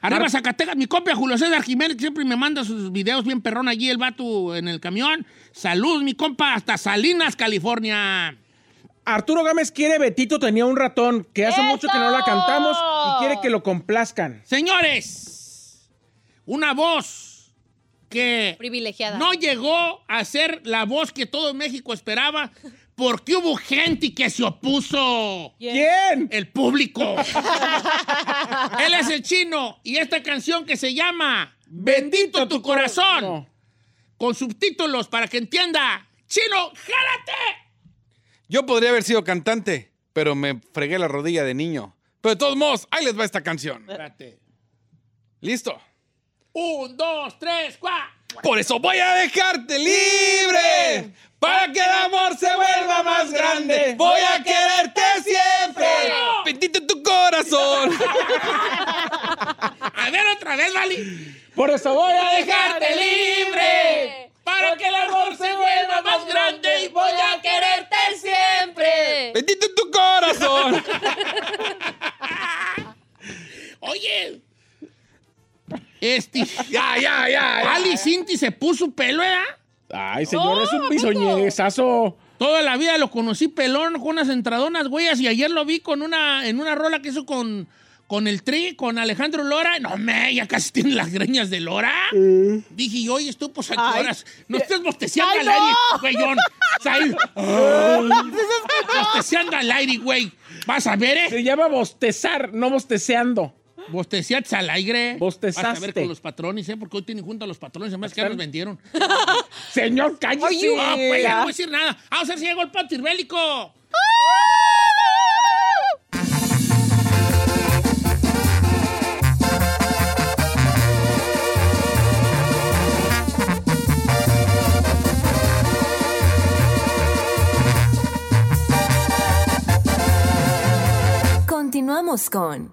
S2: Arriba Zacatecas, mi copia Julio César Jiménez, que siempre me manda sus videos bien perrón allí, el vato en el camión. Salud, mi compa, hasta Salinas, California.
S4: Arturo Gámez quiere Betito tenía un ratón, que hace mucho que no la cantamos y quiere que lo complazcan.
S2: Señores, una voz que
S3: Privilegiada.
S2: no llegó a ser la voz que todo México esperaba porque hubo gente que se opuso.
S4: ¿Quién?
S2: El público. Él es el chino y esta canción que se llama Bendito tu corazón con subtítulos para que entienda. Chino, jálate.
S5: Yo podría haber sido cantante, pero me fregué la rodilla de niño. Pero de todos modos, ahí les va esta canción.
S2: Espérate.
S5: ¿Listo?
S2: Un, dos, tres, cuatro.
S5: Por eso voy a dejarte libre. Para que el amor se vuelva más grande. Voy a quererte siempre. Bendito tu corazón.
S2: A ver otra vez, Vali.
S4: Por eso voy a dejar.
S2: dejarte libre para que el amor se vuelva más grande y voy a quererte siempre.
S5: Bendito tu corazón.
S2: Oye. Este.
S5: Ya, ya, ya. ya.
S2: Ali Cinti se puso pelo, ¿eh?
S4: Ay, señor, es un pisoñezazo.
S2: Toda la vida lo conocí pelón con unas entradonas, güeyas, y ayer lo vi con una, en una rola que hizo con, con el Tri, con Alejandro Lora. No, me, ya casi tiene las greñas de Lora. Dije, yo, oye, tú, pues, ¿a qué
S6: Ay. eh,
S2: horas? No estés bosteando
S6: Ay,
S2: al
S6: no.
S2: aire, güeyón. O sea, ahí- Bosteando al aire, güey. Vas a ver, ¿eh?
S4: Se llama bostezar, no bosteceando.
S2: Bosteciates al aire.
S4: Bostezaste.
S2: Vas a ver con los patrones, ¿eh? Porque hoy tienen junto a los patrones. Además, que ya
S4: Están-
S2: nos vendieron.
S4: Señor, cállese.
S2: No, pues, ya no voy a decir nada. Vamos a ver si llegó el patirbélico.
S7: Thank Continuamos con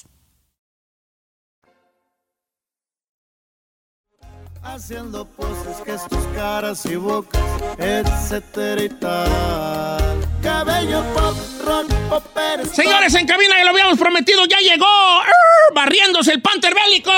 S9: Haciendo poses, gestos, caras y bocas, etcétera y tal. Cabello pop, rock, pop,
S2: Señores, en cabina que lo habíamos prometido, ya llegó. ¡Arr! Barriéndose el Panther Bélico.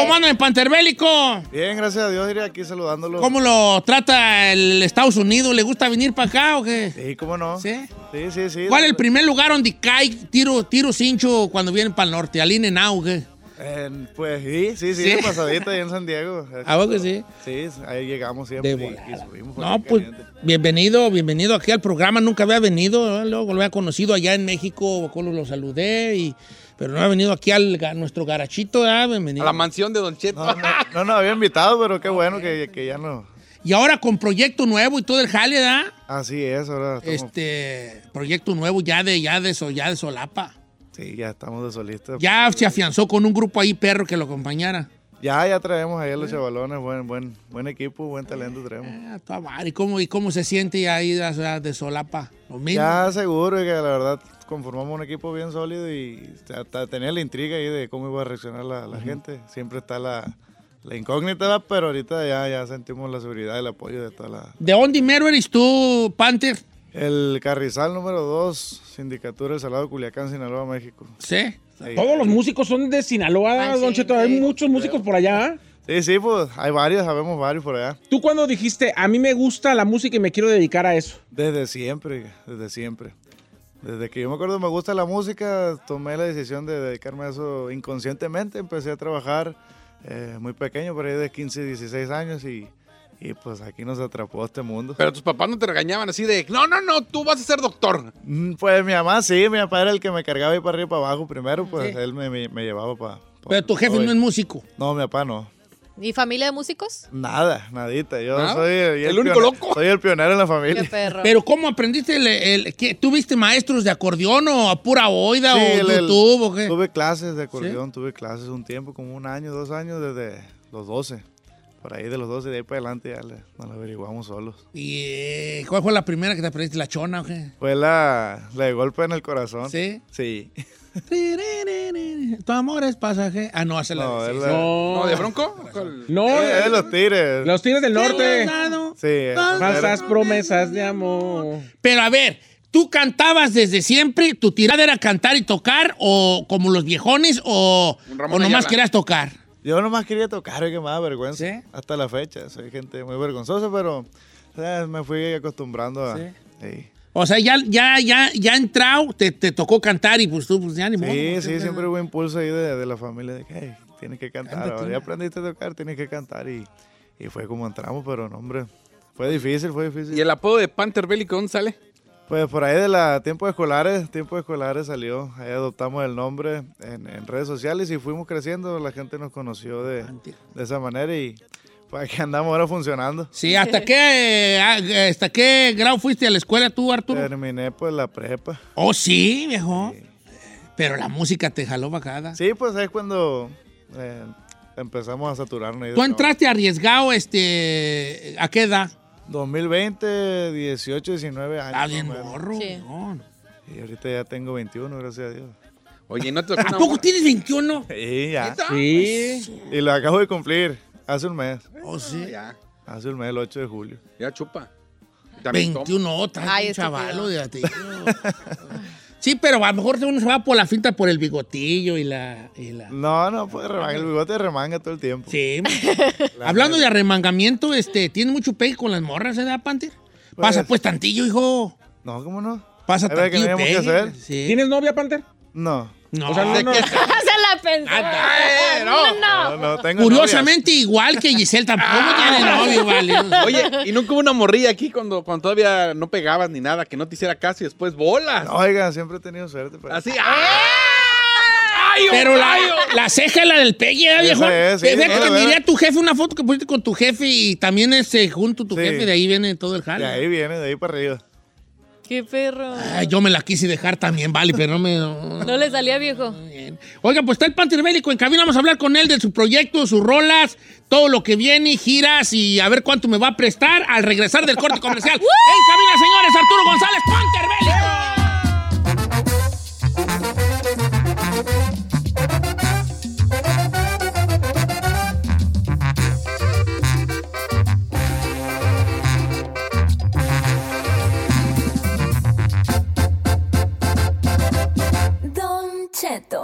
S2: ¿Cómo anda el Panther Bélico?
S9: Bien, gracias a Dios, diría aquí saludándolo.
S2: ¿Cómo lo trata el Estados Unidos? ¿Le gusta venir para acá o qué?
S9: Sí, cómo no.
S2: ¿Sí?
S9: Sí, sí, sí.
S2: ¿Cuál es el primer lugar donde cae tiro, tiro cincho cuando vienen para el norte? Aline Now, ¿qué?
S9: Eh, pues sí, sí, sí,
S2: Sí.
S9: de pasadita ahí en San Diego.
S2: ¿A poco que sí?
S9: Sí, ahí llegamos siempre.
S2: De
S9: y- y subimos por
S2: No,
S9: ahí
S2: pues
S9: caliente.
S2: bienvenido, bienvenido aquí al programa. Nunca había venido, ¿no? luego lo había conocido allá en México, cuando lo saludé, y, pero no ha venido aquí al ga- nuestro garachito. ¿ah? Bienvenido.
S9: mansión de Don Cheto. No, no, no, no, había invitado, pero qué bueno que, que ya no.
S2: Y ahora con proyecto nuevo y todo el jale, ¿verdad?
S9: Así es, ahora. estamos-
S2: Este proyecto nuevo ya de, ya de, so- ya de solapa.
S9: Sí, ya estamos de solistas.
S2: Ya se afianzó con un grupo ahí perro que lo acompañara.
S9: Ya, ya traemos ahí a los chavalones, buen, buen, buen equipo, buen talento traemos.
S2: Ah, toda madre, ¿Y cómo, ¿Y cómo se siente ya ahí o sea, de solapa? Lo mismo.
S9: Ya seguro que la verdad conformamos un equipo bien sólido y hasta tenía la intriga ahí de cómo iba a reaccionar la, la gente. Siempre está la, la incógnita, ¿verdad? pero ahorita ya, ya sentimos la seguridad y el apoyo de toda la...
S2: ¿De dónde mero eres tú, Panther?
S9: El Carrizal número 2, Sindicatura del Salado, Culiacán, Sinaloa, México.
S2: ¿Sí?
S4: Todos los músicos son de Sinaloa, Don Cheto. Hay muchos músicos por allá.
S9: Sí, sí, pues hay varios, sabemos varios por allá.
S4: ¿Tú cuando dijiste, a mí me gusta la música y me quiero dedicar a eso?
S9: Desde siempre, desde siempre. Desde que yo me acuerdo me gusta la música, tomé la decisión de dedicarme a eso inconscientemente. Empecé a trabajar eh, muy pequeño, por ahí de 15, 16 años y, y, pues aquí nos atrapó este mundo.
S5: Pero tus papás no te regañaban así de, no, no, no, tú vas a ser doctor.
S9: Mm, Pues mi mamá sí, mi papá era el que me cargaba ahí para arriba y para abajo primero, pues él me, me- me llevaba para...
S2: Pero tu jefe no es músico.
S9: No, mi papá no.
S3: ¿Y familia de músicos?
S9: Nada, nadita. Yo
S2: ¿Nada?
S9: soy el,
S2: El único
S9: loco. Soy el pionero en la familia.
S3: perro.
S2: Pero ¿cómo aprendiste? El, el- qué- ¿Tuviste maestros de acordeón o a pura oida
S9: Sí,
S2: o
S9: el- el-
S2: YouTube o qué?
S9: Tuve clases de acordeón, tuve clases un tiempo, como un año, dos años, desde los 12. Por ahí de los 12, de ahí para adelante ya le- nos lo averiguamos solos.
S2: ¿Y eh, cuál fue la primera que te aprendiste? ¿La chona o qué?
S9: Fue la, la de golpe en el corazón.
S2: ¿Sí?
S9: Sí.
S2: Tu amor es pasaje. Ah, no, hace la
S9: No,
S2: de-
S9: es
S2: sí,
S9: la-
S2: sí.
S9: No, ¿de
S5: Bronco?
S4: No,
S9: Ah. Eh, eh, los tigres.
S4: Los Tigres del Norte.
S9: Sí. eh.
S4: Falsas promesas de amor.
S2: Pero a ver, ¿tú cantabas desde siempre? ¿Tu tirada era cantar y tocar o como los viejones o,
S9: Ramón
S2: o nomás
S9: Ayala.
S2: querías tocar?
S9: Yo nomás quería tocar, que me da vergüenza. Hasta la fecha. Soy gente muy vergonzosa, pero eh, me fui acostumbrando a.
S2: Sí.
S9: Sí.
S2: O sea, ya, ya, ya, ya entrado, te, te tocó cantar y pues tú, pues ya ni modo.
S9: Sí,
S2: ¿no?
S9: sí, siempre hubo impulso ahí de, de la familia de que "Hey, tienes que cantar.
S2: Canta tú.
S9: ahora ya aprendiste a tocar, tienes que cantar. Y, y fue como entramos, pero no, hombre. Fue difícil, fue difícil.
S5: ¿Y el apodo de Panther Bélico dónde sale?
S9: Pues por ahí de la tiempo escolares, tiempo escolares salió. Ahí adoptamos el nombre en, en redes sociales y fuimos creciendo. La gente nos conoció de, de esa manera y pues aquí andamos ahora funcionando.
S2: Sí, ¿hasta qué, eh, ah, ¿hasta qué grado fuiste a la escuela tú, Arturo?
S9: Terminé pues la prepa.
S2: Oh, sí, viejo. Pero la música te jaló bacada.
S9: Sí, pues ahí es cuando eh, empezamos a saturarnos. ahí de
S2: ¿Tú
S9: trabajo.
S2: entraste arriesgado, este, a qué edad?
S9: 2020, 18, 19 años.
S2: Ah, bien
S9: más o menos.
S2: morro.
S3: Sí.
S2: no.
S9: Y ahorita ya tengo 21, gracias a Dios.
S5: Oye, ¿no te
S2: ¿A poco tienes 21?
S9: Sí, ya.
S2: ¿Neta?
S9: Sí. Y lo acabo de cumplir hace un mes.
S2: Oh, sí.
S9: Hace un mes, el 8 de julio.
S5: Ya chupa. También tomo.
S2: 21 otras,
S5: Ay,
S2: oh, un
S5: estúpido.
S2: chavalo de atillo. Sí, pero a lo mejor uno se va por la finta por el bigotillo y la. y la-
S9: No, no, pues remanga, el bigote remanga todo el tiempo.
S2: Sí. Hablando de arremangamiento, este, ¿tiene mucho pegue con las morras, ¿verdad, Panther? Pasa pues tantillo, hijo.
S9: No, ¿cómo no?
S2: Pasa
S9: Hay veces que no
S2: tantillo.
S9: hay mucho que
S2: pegue,
S9: hacer.
S2: sí.
S4: ¿Tienes novia, Panther?
S9: No.
S2: No,
S4: O sea, no, no.
S3: Se la pensó.
S2: Anda, eh, no.
S3: No, no.
S9: tengo
S2: Curiosamente, igual que Giselle, tampoco tiene novio, vale.
S5: Oye, y nunca hubo una morrilla aquí cuando, cuando todavía no pegabas ni nada, que no te hiciera caso y después bolas.
S9: No, oigan, siempre he tenido suerte. pues. Pero...
S5: Así. Pues, ¡eh! ¡ah! ¡Ay,
S2: Pero la,
S5: Ohio!
S2: la ceja es la del Peggy, ¿eh, viejo.
S9: Esa es, sí,
S2: Ve- ve
S9: esa
S2: que
S9: es,
S2: te
S9: ¿verdad?
S2: miré a tu jefe, una foto que pusiste con tu jefe y también ese junto tu
S9: Sí.
S2: jefe, de ahí viene todo el jale.
S9: De ahí viene, de ahí para arriba.
S3: Qué perro.
S2: Ay, yo me la quise dejar también, vale, pero no me...
S3: No le salía viejo.
S2: Oiga, pues está el Panther Bélico en cabina. Vamos a hablar con él de su proyecto, sus rolas, todo lo que viene, giras y a ver cuánto me va a prestar al regresar del corte comercial. en cabina, señores, Arturo González, Panther Bélico.
S7: Don Cheto.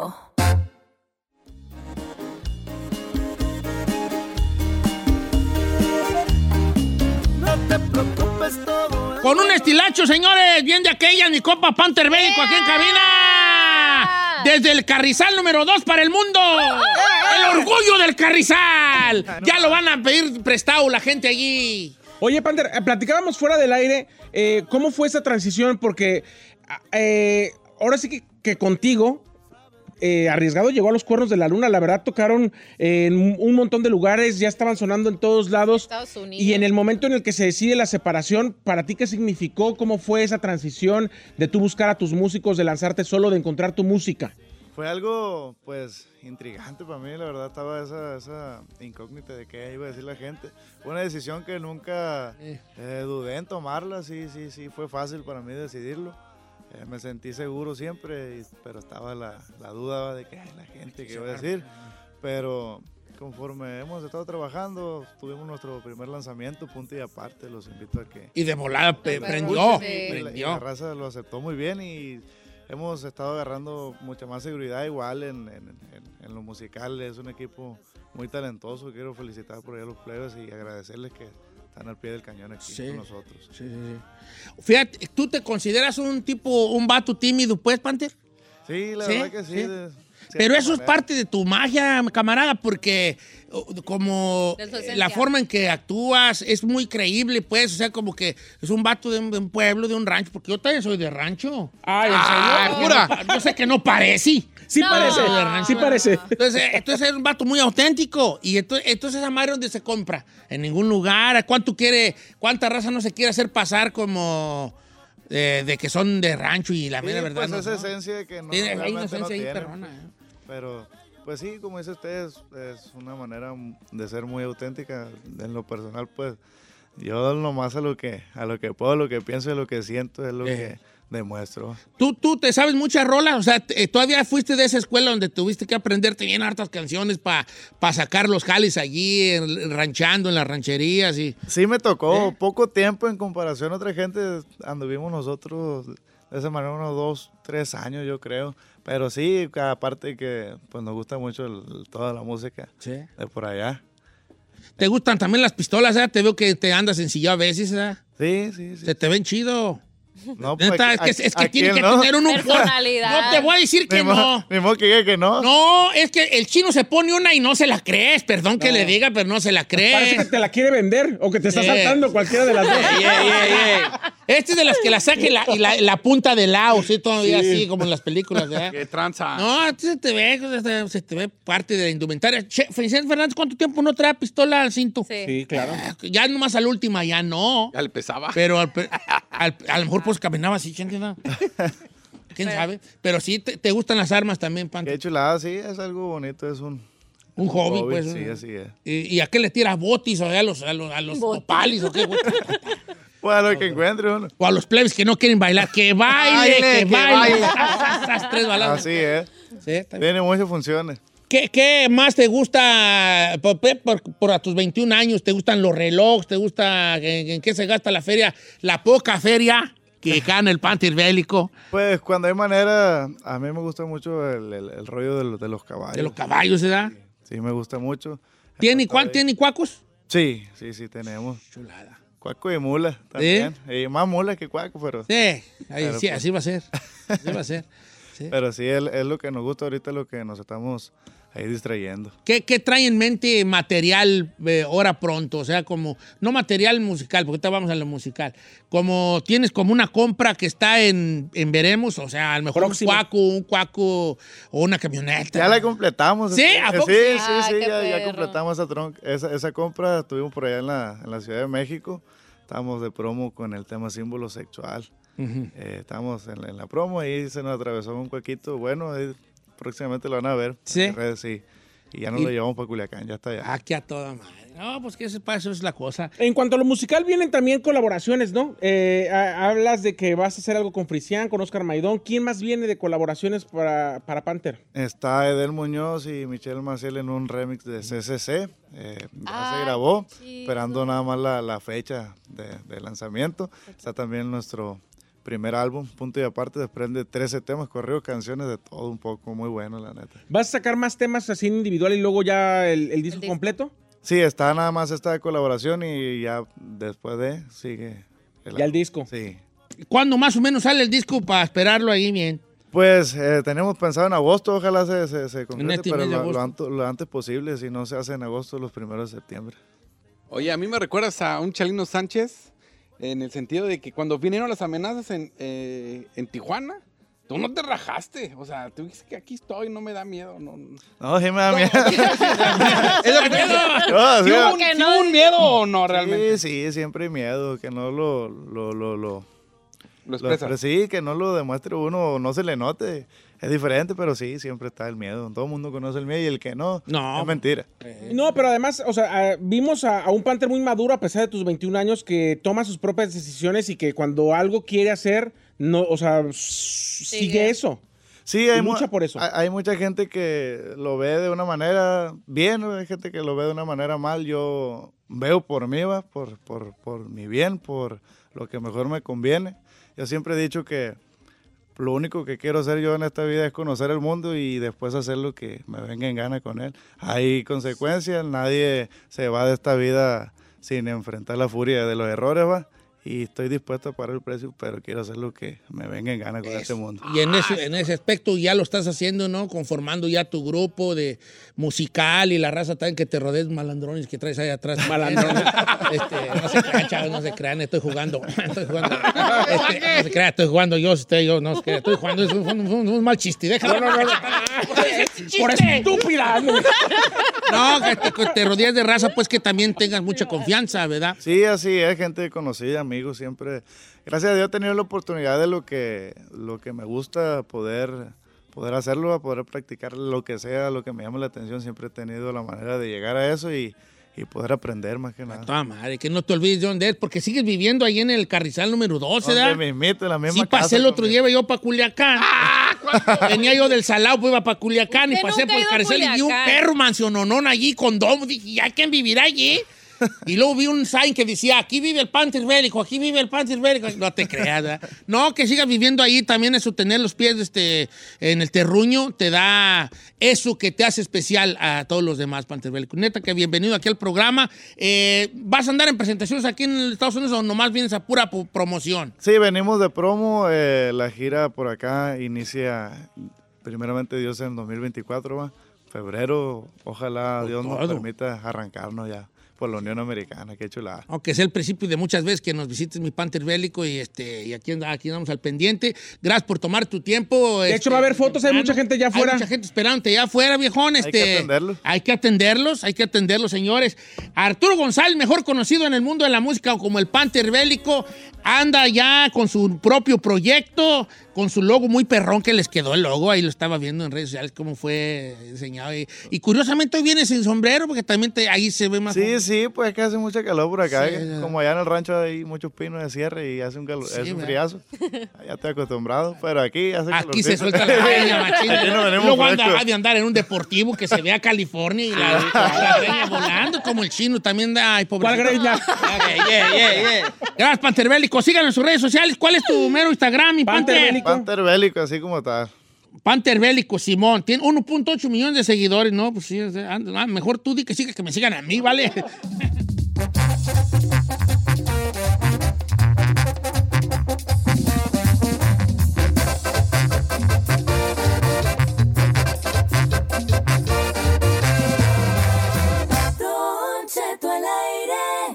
S2: Con un estilacho, señores, bien de aquella, mi copa Panther Bélico aquí en cabina. Desde el Carrizal número 2 para el mundo.
S9: ¡Oh,
S2: ¡Eh! El orgullo del Carrizal. Ya lo van a pedir prestado la gente allí.
S4: Oye, Panther, eh, platicábamos fuera del aire eh, cómo fue esa transición, porque ah, eh, ahora sí que, que contigo, eh, Arriesgado llegó a los cuernos de la luna, la verdad tocaron eh, en un- un montón de lugares, ya estaban sonando en todos lados.
S3: Estados Unidos.
S4: Y en el momento en el que se decide la separación, ¿para ti qué significó? ¿Cómo fue esa transición de tú buscar a tus músicos, de lanzarte solo, de encontrar tu música?
S9: Fue algo, pues, intrigante para mí, la verdad, estaba esa, esa incógnita de qué iba a decir la gente. Fue una decisión que nunca eh, dudé en tomarla, sí, sí, sí, fue fácil para mí decidirlo. Eh, me sentí seguro siempre, y- pero estaba la, la duda de que "Ay, la gente, qué iba a decir. Pero conforme hemos estado trabajando, tuvimos nuestro primer lanzamiento, punto y aparte, los invito a que...
S2: Y de volada pe-
S9: Lo
S2: prendió,
S9: escuchen y la- y
S2: prendió.
S9: La raza lo aceptó muy bien y hemos estado agarrando mucha más seguridad igual en, en, en- en lo musical. Es un equipo muy talentoso. Quiero felicitar por ello a los plebes y agradecerles que están al pie del cañón aquí
S2: Sí.
S9: con nosotros.
S2: Sí, sí, sí. Fíjate, ¿tú te consideras un tipo, un vato tímido, pues, Panther?
S9: Sí, la
S2: Sí,
S9: verdad que sí.
S2: sí.
S9: de- de
S2: Pero
S9: cierta
S2: eso es
S9: manera.
S2: parte de tu magia, camarada, porque oh, como
S3: De su
S2: eh,
S3: esencia.
S2: la forma en que actúas es muy creíble, pues, o sea, como que es un vato de un, de un pueblo, de un rancho, porque yo también soy de rancho.
S4: Ay, ¿en
S2: Ah,
S4: serio?
S2: que no pa- yo sé que no parece.
S4: Sí
S2: No.
S4: parece,
S2: Soy de rancho.
S4: sí parece.
S2: Entonces, eh, entonces es un vato muy auténtico. Y ento- entonces, esa madre donde se compra. En ningún lugar. ¿A ¿Cuánto quiere, cuánta raza no se quiere hacer pasar como eh, de que son de rancho y la
S9: Sí,
S2: mera verdad?
S9: pues
S2: no,
S9: esa
S2: ¿no?
S9: esencia que no,
S2: Tiene- hay una
S9: realmente no
S2: esencia ahí
S9: tiene,
S2: perrona, ¿eh?
S9: pues. Pero, pues sí, como dice usted, es, es una manera m- de ser muy auténtica. En lo personal, pues, yo nomás a lo que, a lo que puedo, lo que pienso y lo que siento es lo
S2: Eh.
S9: que demuestro.
S2: ¿Tú, tú te sabes muchas rolas, o sea, t- eh, todavía fuiste de esa escuela donde tuviste que aprenderte bien hartas canciones para sacar los jales allí, en- ranchando en las rancherías y...
S9: Sí me tocó poco tiempo en comparación a otra gente. Anduvimos nosotros de esa manera unos dos, tres años, yo creo. Pero sí, aparte que pues nos gusta mucho el- toda la música de por allá.
S2: ¿Te gustan también las pistolas? eh? Te veo que te andas en silla a veces, ¿eh?
S9: Sí, sí, sí.
S2: Se te ven chido.
S9: No, pues,
S2: Neta,
S9: aquí-
S2: es que, es que
S9: aquí
S2: tiene
S9: él
S2: que
S9: no.
S2: tener un...
S3: Personalidad.
S2: No te voy a decir que
S9: Ni mo-
S2: no.
S9: ni modo que diga que no.
S2: No, es que el chino se pone una y no se la crees, perdón que le diga, pero no se la
S4: Parece que
S2: crees.
S4: te la quiere vender o que te está
S2: Sí.
S4: saltando cualquiera de las dos.
S2: Ey, ey, ey, ey. Este es de las que la saque la, y la, la punta del lado, sí, todavía
S5: Sí.
S2: así, como en las películas, ¿verdad?
S5: ¡Qué tranza!
S2: No, a ti se te ve, se te- se te ve parte de la indumentaria. Che, Vicente Fernández, ¿cuánto tiempo no trae pistola al cinto?
S4: Sí, claro.
S2: Ya nomás a la última, ya no.
S5: Ya le pesaba.
S2: Pero al pe- al- a lo mejor pues caminaba así, ¿quién sabe? ¿Quién sabe? Pero sí te, te gustan las armas también, Pante.
S9: Qué chulada, sí, es algo bonito, es un,
S2: Un hobby, pues.
S9: Sí, así es.
S2: ¿Y, y a qué le tiras botis o a los, a los, a los nopales, o qué, güey?
S9: Pues a lo que encuentre uno.
S2: O a los plebes que no quieren bailar. ¡Que baile,
S5: Baile,
S2: que
S5: que
S2: baile!
S5: baile.
S9: Ah,
S2: Esas tres balazos.
S9: Así es.
S2: Sí, está bien.
S9: Tiene eh. muchas funciones.
S2: ¿Qué, qué más te gusta por, por- por a tus 21 años? ¿Te gustan los relojes? ¿Te gusta en, en qué se gasta la feria? La poca feria que gana el Panther Bélico.
S9: Pues cuando hay manera, a mí me gusta mucho el, el- el rollo de, lo- de los caballos.
S2: De los caballos, ¿verdad?
S9: Sí, me gusta mucho.
S2: ¿Tiene, cuan- ¿tiene cuacos?
S9: Sí, sí, sí, tenemos. Chulada. Cuaco y mula también. Y más mula que cuaco, pero.
S2: Sí, ahí- sí, así va a ser. Así va a ser. Sí.
S9: Pero sí, es, es lo que nos gusta ahorita, lo que nos estamos ahí distrayendo.
S2: ¿Qué, qué trae en mente material eh, ahora pronto? O sea, como, no material musical, porque ahorita vamos a lo musical. Como tienes como una compra que está en, en veremos, o sea, a lo mejor
S9: Próximo.
S2: un cuaco, un cuaco o una camioneta.
S9: Ya la completamos.
S2: ¿Sí?
S9: este,
S2: ¿A poco
S9: Sí, sí,
S2: sí? Ay,
S9: sí,
S2: Ah, qué
S9: ya, ya
S2: perro.
S9: completamos esa, tron- esa, esa compra. Estuvimos por allá en la, en la Ciudad de México. Estábamos de promo con el tema símbolo sexual.
S2: Ujú.
S9: Eh, estábamos en, la- en la promo y se nos atravesó un cuequito. Bueno, ahí próximamente lo van a ver.
S2: ¿Sí?
S9: en redes, sí. Y ya nos
S2: Y-
S9: lo llevamos para Culiacán, ya está allá.
S2: Aquí Ah, a toda madre. No, pues que eso, para eso es la cosa.
S4: En cuanto a lo musical, vienen también colaboraciones, ¿no? Eh, ha- hablas de que vas a hacer algo con Frisian, con Oscar Maidón. ¿Quién más viene de colaboraciones para, para Panther?
S9: Está Edel Muñoz y Michelle Maciel en un remix de CCC. eh, ya se grabó, esperando nada más la, la fecha de, de lanzamiento. Está también nuestro primer álbum, punto y aparte, desprende 13 temas, corridos, canciones, de todo un poco, muy bueno, la neta.
S4: ¿Vas a sacar más temas así individual y luego ya el, el disco completo?
S9: Sí, está nada más esta colaboración y ya después de sigue. El
S4: Ya el disco.
S9: Sí.
S2: ¿Cuándo más o menos sale el disco para esperarlo ahí bien?
S9: Pues eh, tenemos pensado en agosto, ojalá se, se, se concrete,
S2: este
S9: pero
S2: mes de
S9: lo, lo
S2: agosto.
S9: anto- lo antes posible, si no se hace en agosto, los primeros de septiembre.
S5: Oye, a mí me recuerdas a un Chalino Sánchez en el sentido de que cuando vinieron las amenazas en, eh, en Tijuana, tú no te rajaste. O sea, tú dijiste que aquí estoy, no me da miedo. No, no.
S9: No, sí me da miedo.
S5: Es lo que te digo.
S9: No,
S5: ¿Sí
S9: sí.
S5: hubo un- sí hubo un miedo o no realmente?
S9: Ah, Sí, sí, siempre hay miedo, que no lo... Lo, lo, lo,
S5: Lo
S9: lo
S5: expresas.
S9: expre- sí, que no lo demuestre uno, no se le note. Es diferente, pero sí, siempre está el miedo. Todo el mundo conoce el miedo y el que no, es mentira.
S4: No, pero además, o sea, ah, vimos a, a un Panther muy maduro a pesar de tus 21 años que toma sus propias decisiones y que cuando algo quiere hacer, no, o sea, s- sigue eso.
S9: Sí, hay,
S4: Y
S9: mu-
S4: lucha por eso.
S9: hay- hay mucha gente que lo ve de una manera bien, hay gente que lo ve de una manera mal. Yo veo por mí, va, por, por, por mi bien, por lo que mejor me conviene. Yo siempre he dicho que lo único que quiero hacer yo en esta vida es conocer el mundo y después hacer lo que me venga en gana con él. Hay consecuencias, nadie se va de esta vida sin enfrentar la furia de los errores, va. Y estoy dispuesto a pagar el precio, pero quiero hacer lo que me venga en gana con este mundo.
S2: Y en ese, en ese aspecto ya lo estás haciendo, ¿no? Conformando ya tu grupo de musical y la raza también que te rodees malandrones que traes ahí atrás. Malandrones. Este, no se crean, chavos, no se crean, estoy jugando. Estoy jugando. Este, no se crean, estoy jugando yo, este, yo no se crean, estoy jugando. Es un, un- un- un mal chiste, déjalo.
S4: No, no, no, no. Por estúpida. no.
S2: No, que te, que te rodees de raza, pues que también tengas mucha confianza, ¿verdad?
S9: Sí, así es, gente conocida, amigos, siempre. Gracias a Dios he tenido la oportunidad de lo que, lo que me gusta poder, poder hacerlo, a poder practicar lo que sea, lo que me llame la atención. Siempre he tenido la manera de llegar a eso y, y poder aprender más que nada.
S2: Toda madre, que no te olvides de dónde es, porque sigues viviendo ahí en el carrizal número 12,
S9: Donde
S2: ¿verdad?
S9: me invito, en la misma
S2: Sí, pasé el
S9: casa
S2: otro día, iba yo para Culiacán. Venía yo del Salado, pues iba para Culiacán y
S3: Ah, Usted
S2: pasé
S3: nunca
S2: por
S3: ha
S2: el
S3: ido a
S2: carcel y vi un
S3: Culiacán.
S2: perro mansiononón allí con domo. Dije, ¿ya quién vivirá allí? Y luego vi un sign que decía, aquí vive el Panther Bélico, aquí vive el Panther Bélico. No te creas, ¿verdad? No, que sigas viviendo ahí también eso, tener los pies este, en el terruño, te da eso que te hace especial a todos los demás, Panther Bélico. Neta, que bienvenido aquí al programa. Eh, ¿Vas a andar en presentaciones aquí en Estados Unidos o nomás vienes a pura pu- promoción?
S9: Sí, venimos de promo. eh, la gira por acá inicia, primeramente Dios, en 2024, va. Febrero, ojalá Dios nos
S2: todo.
S9: permita arrancarnos ya por la Unión Americana. Qué chulada.
S2: Aunque sea el principio de muchas veces que nos visites mi Panther Bélico y este y aquí, and- aquí andamos al pendiente. Gracias por tomar tu tiempo. este,
S4: De hecho, va a haber fotos, hay mucha gente ya afuera.
S2: Hay mucha gente esperándote ya afuera, viejón. Este,
S9: que atenderlos.
S2: Hay que atenderlos, hay que atenderlos, señores. Arturo González, mejor conocido en el mundo de la música como el Panther Bélico, anda ya con su propio proyecto, con su logo muy perrón que les quedó el logo. Ahí lo estaba viendo en redes sociales cómo fue diseñado. Y, y curiosamente hoy viene sin sombrero porque también te- ahí se ve más
S9: Sí,
S2: joven.
S9: sí, pues es que hace mucha calor por acá.
S2: Sí,
S9: eh.
S2: ya.
S9: Como allá en el rancho hay muchos pinos de cierre y hace un calor,
S2: Sí,
S9: es un
S2: ¿verdad?
S9: friazo. Ya estoy acostumbrado, pero aquí hace calor.
S2: Aquí se suelta la greña,
S9: Aquí no
S2: machina.
S9: venimos
S2: Luego anda
S9: frescos.
S2: de andar en un deportivo que se vea California y la, la greña volando, como el chino también. Ay, pobre.
S4: ¿Cuál greña?
S2: Ok, yeah, yeah, yeah. Gracias, Panther Bélico. Síganos en sus redes sociales. ¿Cuál es tu mero Instagram, mi Panther?
S9: Panther bélico, así como está.
S2: Panther Bélico, Simón. Tiene 1.8 millones de seguidores, ¿no? Pues sí, ah, ah, mejor tú di que sigas que me sigan a mí, ¿vale?
S7: Don Cheto al aire.